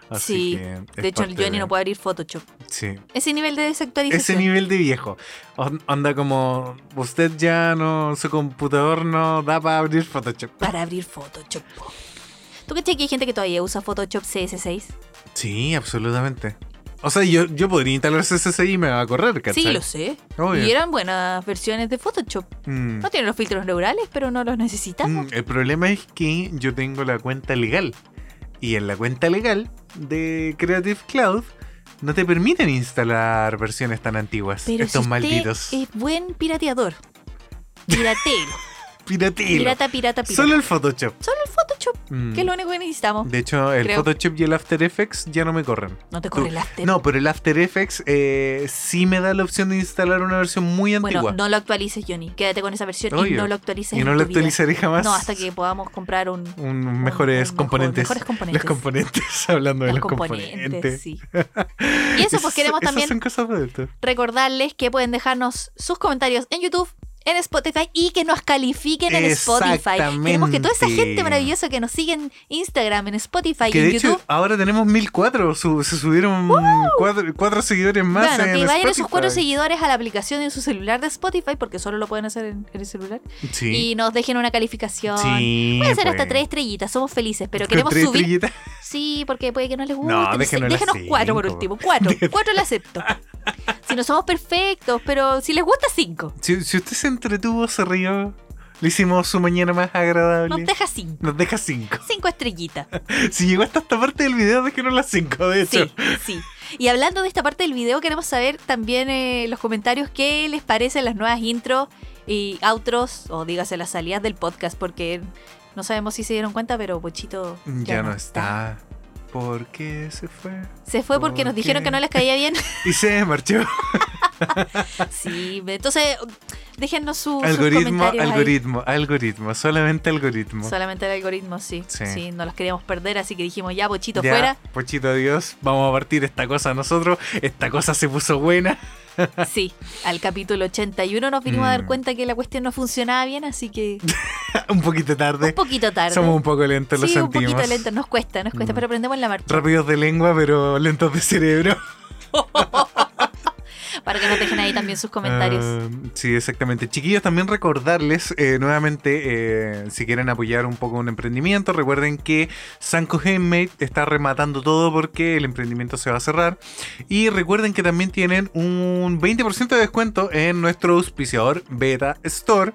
Speaker 1: Así
Speaker 2: Sí,
Speaker 1: que es
Speaker 2: De hecho, el
Speaker 1: parte
Speaker 2: Johnny
Speaker 1: de-
Speaker 2: no puede abrir Photoshop.
Speaker 1: Sí,
Speaker 2: Ese nivel de desactualización.
Speaker 1: ese nivel de viejo. On- Onda como, usted ya no, su computador no da para abrir Photoshop.
Speaker 2: Para abrir Photoshop. po. ¿Tú cachai que hay gente que todavía usa Photoshop CS6?
Speaker 1: Sí, absolutamente. O sea, yo, yo podría instalar CSS y me va a correr, ¿cachai?
Speaker 2: Sí, lo sé.
Speaker 1: Obvio.
Speaker 2: Y eran buenas versiones de Photoshop.
Speaker 1: Mm.
Speaker 2: No tienen los filtros neurales, pero no los necesitamos.
Speaker 1: Mm, El problema es que yo tengo la cuenta legal. Y en la cuenta legal de Creative Cloud no te permiten instalar versiones tan antiguas.
Speaker 2: Pero
Speaker 1: estos
Speaker 2: si usted
Speaker 1: malditos.
Speaker 2: es buen pirateador. Piratero.
Speaker 1: Piratelo.
Speaker 2: Pirata, pirata, pirata.
Speaker 1: Solo el Photoshop.
Speaker 2: Solo el Photoshop. Photoshop,
Speaker 1: Mm.
Speaker 2: que es lo único que necesitamos.
Speaker 1: De hecho, el
Speaker 2: Creo.
Speaker 1: Photoshop y el After Effects ya no me corren.
Speaker 2: No te
Speaker 1: Tú-
Speaker 2: corre el after.
Speaker 1: No, pero el After Effects eh, sí me da la opción de instalar una versión muy
Speaker 2: bueno,
Speaker 1: antigua.
Speaker 2: no lo actualices, Johnny. Quédate con esa versión y
Speaker 1: Obvio.
Speaker 2: no lo actualices.
Speaker 1: y
Speaker 2: en
Speaker 1: no
Speaker 2: tu
Speaker 1: la
Speaker 2: vida.
Speaker 1: actualizaré jamás.
Speaker 2: No, hasta que podamos comprar un. un-
Speaker 1: Un- mejores
Speaker 2: un mejor-
Speaker 1: componentes.
Speaker 2: mejores componentes.
Speaker 1: Los componentes, hablando de
Speaker 2: los
Speaker 1: los componentes.
Speaker 2: componentes, sí. Y eso, pues
Speaker 1: Esas-
Speaker 2: queremos
Speaker 1: esas
Speaker 2: también
Speaker 1: son cosas de esto.
Speaker 2: recordarles que pueden dejarnos sus comentarios en YouTube, en Spotify y que nos califiquen en Spotify. Queremos que toda esa gente
Speaker 1: Exactamente.
Speaker 2: maravillosa que nos sigue en Instagram, en Spotify y
Speaker 1: Que
Speaker 2: en
Speaker 1: de
Speaker 2: YouTube,
Speaker 1: hecho, ahora tenemos 1004. su- se subieron cuatro, cuatro seguidores más.
Speaker 2: bueno,
Speaker 1: en
Speaker 2: que vayan esos cuatro
Speaker 1: Spotify.
Speaker 2: seguidores a la aplicación en su celular de Spotify, porque solo lo pueden hacer en, en el celular,
Speaker 1: Sí.
Speaker 2: y nos dejen una calificación.
Speaker 1: Sí,
Speaker 2: Pueden ser hasta
Speaker 1: pues.
Speaker 2: tres estrellitas, somos felices, pero
Speaker 1: Con
Speaker 2: queremos
Speaker 1: tres
Speaker 2: subir.
Speaker 1: estrellitas.
Speaker 2: Sí, porque puede que no les
Speaker 1: No,
Speaker 2: guste. sé.
Speaker 1: déjenos las
Speaker 2: déjenos cuatro por
Speaker 1: cinco.
Speaker 2: último. Cuatro. cuatro le acepto. Si no somos perfectos, pero si les gusta, cinco.
Speaker 1: Si, si usted se entretuvo, se rió, le hicimos su mañana más agradable.
Speaker 2: Nos deja cinco.
Speaker 1: Nos deja 5.
Speaker 2: Cinco estrellitas.
Speaker 1: Si llegó hasta esta parte del video, déjenos las 5, de hecho.
Speaker 2: Sí, sí. Y hablando de esta parte del video, queremos saber también eh, los comentarios qué les parecen las nuevas intros y outros, o dígase las salidas del podcast, porque no sabemos si se dieron cuenta, pero Pochito
Speaker 1: Mm, Ya, no está. ¿Por qué se fue?
Speaker 2: Se fue porque nos
Speaker 1: ¿Por
Speaker 2: dijeron
Speaker 1: qué?
Speaker 2: que no les caía bien.
Speaker 1: Y se marchó.
Speaker 2: Sí, entonces déjennos su, sus
Speaker 1: algoritmo,
Speaker 2: comentarios ahí.
Speaker 1: algoritmo, algoritmo. Solamente algoritmo.
Speaker 2: Solamente el algoritmo, sí. sí.
Speaker 1: Sí.
Speaker 2: no los queríamos perder, así que dijimos ya, bochito
Speaker 1: Ya,
Speaker 2: fuera.
Speaker 1: Pochito, adiós. Vamos a partir esta cosa nosotros. Esta cosa se puso buena.
Speaker 2: Sí, al capítulo 81 nos vinimos a dar
Speaker 1: Mm.
Speaker 2: cuenta que la cuestión no funcionaba bien, así que
Speaker 1: un poquito tarde.
Speaker 2: un poquito tarde.
Speaker 1: Somos un poco lentos, lo
Speaker 2: sí, un
Speaker 1: sentimos.
Speaker 2: poquito lento, nos cuesta, nos cuesta,
Speaker 1: Mm.
Speaker 2: pero aprendemos la marcha.
Speaker 1: Rápidos de lengua, pero lentos de cerebro.
Speaker 2: Para que nos dejen ahí también sus comentarios.
Speaker 1: Ah, sí, exactamente. Chiquillos, también recordarles eh, nuevamente, eh, si quieren apoyar un poco un emprendimiento, recuerden que Sanco Handmade está rematando todo porque el emprendimiento se va a cerrar. Y recuerden que también tienen un 20% de descuento en nuestro auspiciador Beta Store.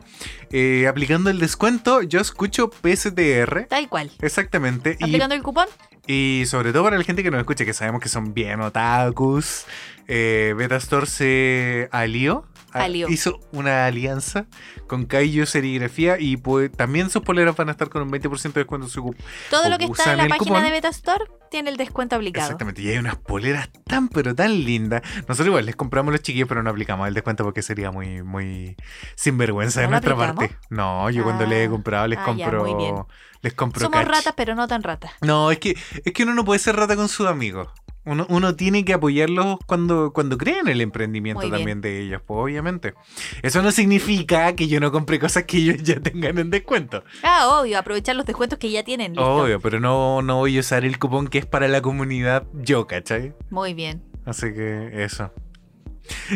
Speaker 1: Eh, aplicando el descuento, yo escucho PSTR.
Speaker 2: Tal cual.
Speaker 1: Exactamente. Y
Speaker 2: Aplicando el cupón,
Speaker 1: y sobre todo para la gente que nos escucha, que sabemos que son bien otakus, eh, Betastore se alió. a-
Speaker 2: Alió.
Speaker 1: Hizo una alianza con Kaiyo Serigrafía y pues, también sus poleras van a estar con un 20% de descuento en su cupo.
Speaker 2: todo
Speaker 1: o
Speaker 2: lo que está
Speaker 1: usan
Speaker 2: en la
Speaker 1: el
Speaker 2: página
Speaker 1: cupón.
Speaker 2: de Beta Store tiene el descuento aplicado.
Speaker 1: Exactamente. Y hay unas poleras tan pero tan lindas. Nosotros igual les compramos los chiquillos, pero no aplicamos el descuento porque sería muy, muy sinvergüenza de
Speaker 2: ¿No lo
Speaker 1: nuestra
Speaker 2: aplicamos?
Speaker 1: parte. No, yo cuando
Speaker 2: Ah,
Speaker 1: les he comprado les
Speaker 2: ah, ya,
Speaker 1: compro.
Speaker 2: muy bien.
Speaker 1: Les compro
Speaker 2: Somos
Speaker 1: cacho.
Speaker 2: ratas, pero no tan ratas.
Speaker 1: No, es que, es que uno no puede ser rata con sus amigos. Uno, uno tiene que apoyarlos cuando, cuando cree en el emprendimiento
Speaker 2: Muy bien.
Speaker 1: también de ellos, pues obviamente. Eso no significa que yo no compre cosas que ellos ya tengan en descuento.
Speaker 2: Ah, obvio, aprovechar los descuentos que ya tienen. listo.
Speaker 1: Obvio, pero no, no voy a usar el cupón que es para la comunidad yo, ¿cachai?
Speaker 2: Muy bien.
Speaker 1: Así que eso.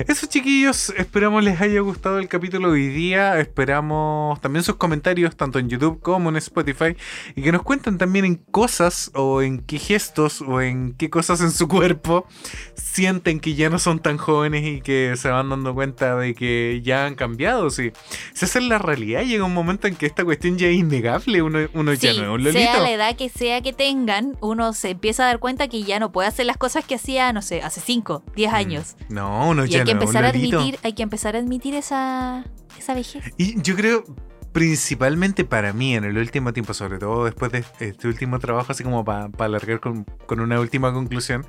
Speaker 1: Eso chiquillos, esperamos les haya gustado el capítulo de hoy día, esperamos también sus comentarios tanto en YouTube como en Spotify y que nos cuenten también en cosas o en qué gestos o en qué cosas en su cuerpo sienten que ya no son tan jóvenes y que se van dando cuenta de que ya han cambiado, sí. Si esa es la realidad, llega un momento en que esta cuestión ya es innegable, uno, uno ya
Speaker 2: Sí,
Speaker 1: no es un
Speaker 2: sea
Speaker 1: lolito.
Speaker 2: la edad que sea que tengan, uno se empieza a dar cuenta que ya no puede hacer las cosas que hacía, no sé, hace 5, 10 años.
Speaker 1: Mm. No, uno
Speaker 2: y
Speaker 1: ya
Speaker 2: hay que
Speaker 1: no es un
Speaker 2: empezar a
Speaker 1: lolito.
Speaker 2: admitir, hay que empezar a admitir esa, esa vejez.
Speaker 1: Y yo creo, principalmente para mí en el último tiempo, sobre todo después de este último trabajo, así como para alargar con, con una última conclusión,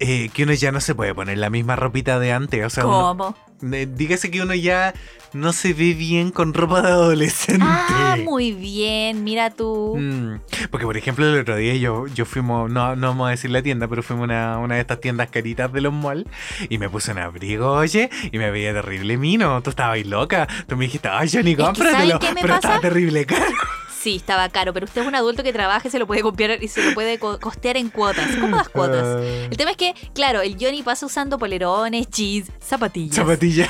Speaker 1: eh, que uno ya no se puede poner la misma ropita de antes. O sea, uno-
Speaker 2: ¿Cómo?
Speaker 1: eh, dígase que uno ya no se ve bien con ropa de adolescente.
Speaker 2: Ah, muy bien, mira tú.
Speaker 1: Mm, Porque, por ejemplo, el otro día yo, yo fuimos, no, no vamos a decir la tienda, pero fuimos a una, una de estas tiendas caritas de los malls y me puse un abrigo, oye, y me veía terrible mino. Tú estabas ahí loca. Tú me dijiste, ay, Johnny,
Speaker 2: que,
Speaker 1: cómpratelo.
Speaker 2: ¿saben qué me
Speaker 1: pero estaba
Speaker 2: pasa?
Speaker 1: terrible caro.
Speaker 2: Sí, estaba caro, pero usted es un adulto que trabaja y se lo puede comprar y se lo puede co- costear en cuotas. ¿Cómo das cuotas?
Speaker 1: Ah,
Speaker 2: El tema es que, claro, el Johnny pasa usando polerones, jeans, zapatillas.
Speaker 1: Zapatillas,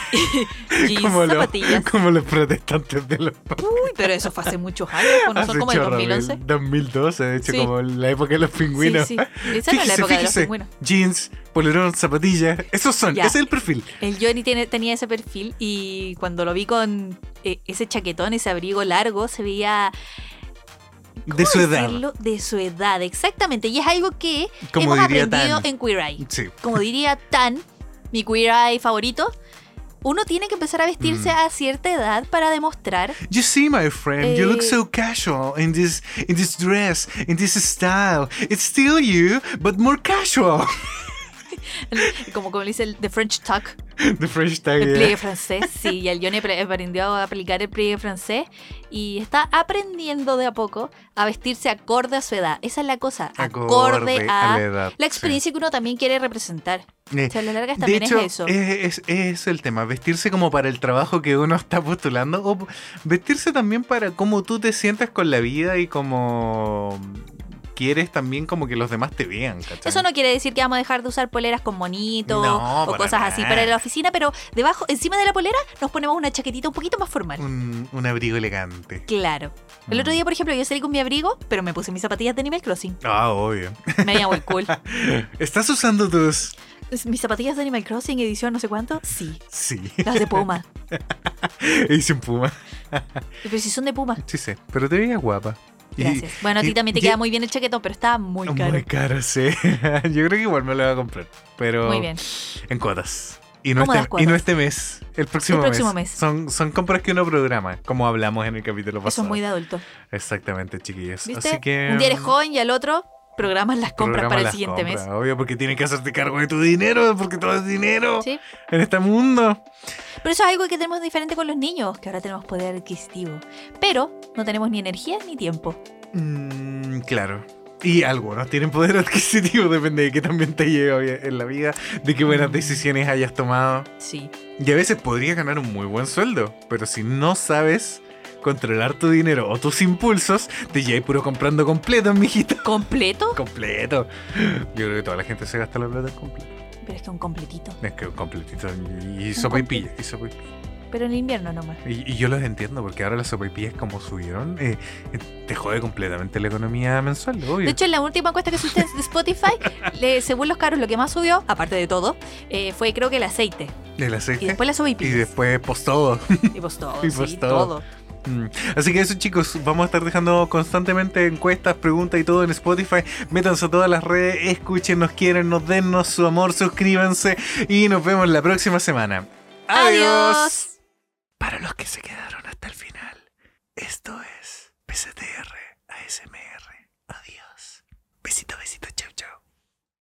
Speaker 2: jeans,
Speaker 1: como, los-
Speaker 2: zapatillas.
Speaker 1: como los protestantes de los
Speaker 2: Uy, pero eso fue hace muchos años, pues, no son
Speaker 1: hace
Speaker 2: como el
Speaker 1: chorro,
Speaker 2: 2011.
Speaker 1: 2012, de hecho,
Speaker 2: Sí.
Speaker 1: como la época de los pingüinos.
Speaker 2: Sí, sí. Esa era la
Speaker 1: Fíjese,
Speaker 2: época de los
Speaker 1: fíjese.
Speaker 2: pingüinos.
Speaker 1: Jeans, polerón, zapatillas, esos son,
Speaker 2: Ya.
Speaker 1: ese es el perfil.
Speaker 2: El Johnny tiene- tenía ese perfil y cuando lo vi con eh, ese chaquetón, ese abrigo largo, se veía
Speaker 1: De su edad,
Speaker 2: decirlo? de su edad, exactamente. Y es algo que
Speaker 1: como
Speaker 2: hemos
Speaker 1: diría
Speaker 2: aprendido
Speaker 1: Tan.
Speaker 2: en Queer Eye.
Speaker 1: Sí.
Speaker 2: Como diría Tan, mi Queer Eye favorito, uno tiene que empezar a vestirse
Speaker 1: Mm.
Speaker 2: a cierta edad para demostrar
Speaker 1: You see, my friend, you look
Speaker 2: Eh.
Speaker 1: so casual in this, in this dress, in this style. It's still you, but more casual.
Speaker 2: como, como le dice el The French Tuck,
Speaker 1: The eh, French tag.
Speaker 2: el
Speaker 1: yeah.
Speaker 2: pliegue francés. Sí, y el Johnny pre- aprendió a aplicar el pliegue francés y está aprendiendo de a poco a vestirse acorde a su edad. Esa es la cosa, acorde, a,
Speaker 1: la edad.
Speaker 2: la experiencia que uno también quiere representar.
Speaker 1: sí. Eh,
Speaker 2: O sea, a lo largas
Speaker 1: de
Speaker 2: también
Speaker 1: hecho,
Speaker 2: es eso.
Speaker 1: Es, es el tema, vestirse como para el trabajo que uno está postulando o vestirse también para cómo tú te sientes con la vida y cómo quieres también como que los demás te vean. ¿cachai?
Speaker 2: Eso no quiere decir que vamos a dejar de usar poleras con monito
Speaker 1: No,
Speaker 2: o
Speaker 1: para
Speaker 2: cosas así
Speaker 1: nada.
Speaker 2: para la oficina, pero debajo, encima de la polera, nos ponemos una chaquetita un poquito más formal.
Speaker 1: Un, un abrigo elegante.
Speaker 2: Claro. El
Speaker 1: Mm.
Speaker 2: otro día, por ejemplo, yo salí con mi abrigo, pero me puse mis zapatillas de Animal Crossing.
Speaker 1: Ah, obvio.
Speaker 2: Me veía muy cool.
Speaker 1: ¿Estás usando tus...?
Speaker 2: Es- ¿Mis zapatillas de Animal Crossing edición no sé cuánto? Sí.
Speaker 1: Sí.
Speaker 2: Las de Puma.
Speaker 1: Hice un puma.
Speaker 2: Pero si son de Puma.
Speaker 1: Sí sé. Pero te veías guapa. Y-
Speaker 2: Gracias. Bueno, a ti
Speaker 1: y-
Speaker 2: también te
Speaker 1: y-
Speaker 2: queda muy bien el chaquetón, pero está muy caro.
Speaker 1: Muy caro, sí. Yo creo que igual me lo voy a comprar. Pero
Speaker 2: Muy bien.
Speaker 1: en cuotas. Y no,
Speaker 2: Cómodas
Speaker 1: este, y no
Speaker 2: cuotas.
Speaker 1: este mes, el próximo,
Speaker 2: El próximo mes.
Speaker 1: Son, son compras que uno programa, como hablamos en el capítulo
Speaker 2: Eso
Speaker 1: pasado.
Speaker 2: es muy de adulto.
Speaker 1: Exactamente, chiquillos.
Speaker 2: ¿Viste?
Speaker 1: Así que. mm,
Speaker 2: Un día eres joven y al otro programas las compras
Speaker 1: programa
Speaker 2: para el
Speaker 1: las
Speaker 2: siguiente
Speaker 1: compras, Obvio, porque tienes que hacerte cargo de tu dinero, porque todo es dinero
Speaker 2: mes. ¿Sí?
Speaker 1: en este mundo.
Speaker 2: Pero eso es algo que tenemos diferente con los niños, que ahora tenemos poder adquisitivo. Pero no tenemos ni energía ni tiempo.
Speaker 1: Mm, claro. Y algunos tienen poder adquisitivo, depende de qué también te lleva bien en la vida, de qué buenas decisiones hayas tomado.
Speaker 2: Sí.
Speaker 1: Y a veces podrías ganar un muy buen sueldo, pero si no sabes controlar tu dinero o tus impulsos, te llevas puro comprando completo, mijito.
Speaker 2: ¿Completo?
Speaker 1: Completo. Yo creo que toda la gente se gasta la plata en completo.
Speaker 2: Pero es que un completito.
Speaker 1: Es que un completito y sopa y pilla, y sopa y pilla.
Speaker 2: Pero en invierno nomás.
Speaker 1: Y, y yo los entiendo, porque ahora las sopaipillas como subieron, eh, eh, te jode completamente la economía mensual, obvio.
Speaker 2: De hecho, en la última encuesta que subiste de Spotify, le- según los caros, lo que más subió, aparte de todo, eh, fue creo que el aceite.
Speaker 1: El
Speaker 2: Y
Speaker 1: aceite.
Speaker 2: después la
Speaker 1: Y
Speaker 2: sopaipilla.
Speaker 1: después pues todo.
Speaker 2: Y pues todo,
Speaker 1: y pues
Speaker 2: sí,
Speaker 1: todo.
Speaker 2: todo.
Speaker 1: Mm. Así que eso chicos, vamos a estar dejando constantemente encuestas, preguntas y todo en Spotify. Métanse a todas las redes, escúchenos, nos dennos su amor, suscríbanse y nos vemos la próxima semana.
Speaker 2: ¡Adiós!
Speaker 1: Para los que se quedaron hasta el final.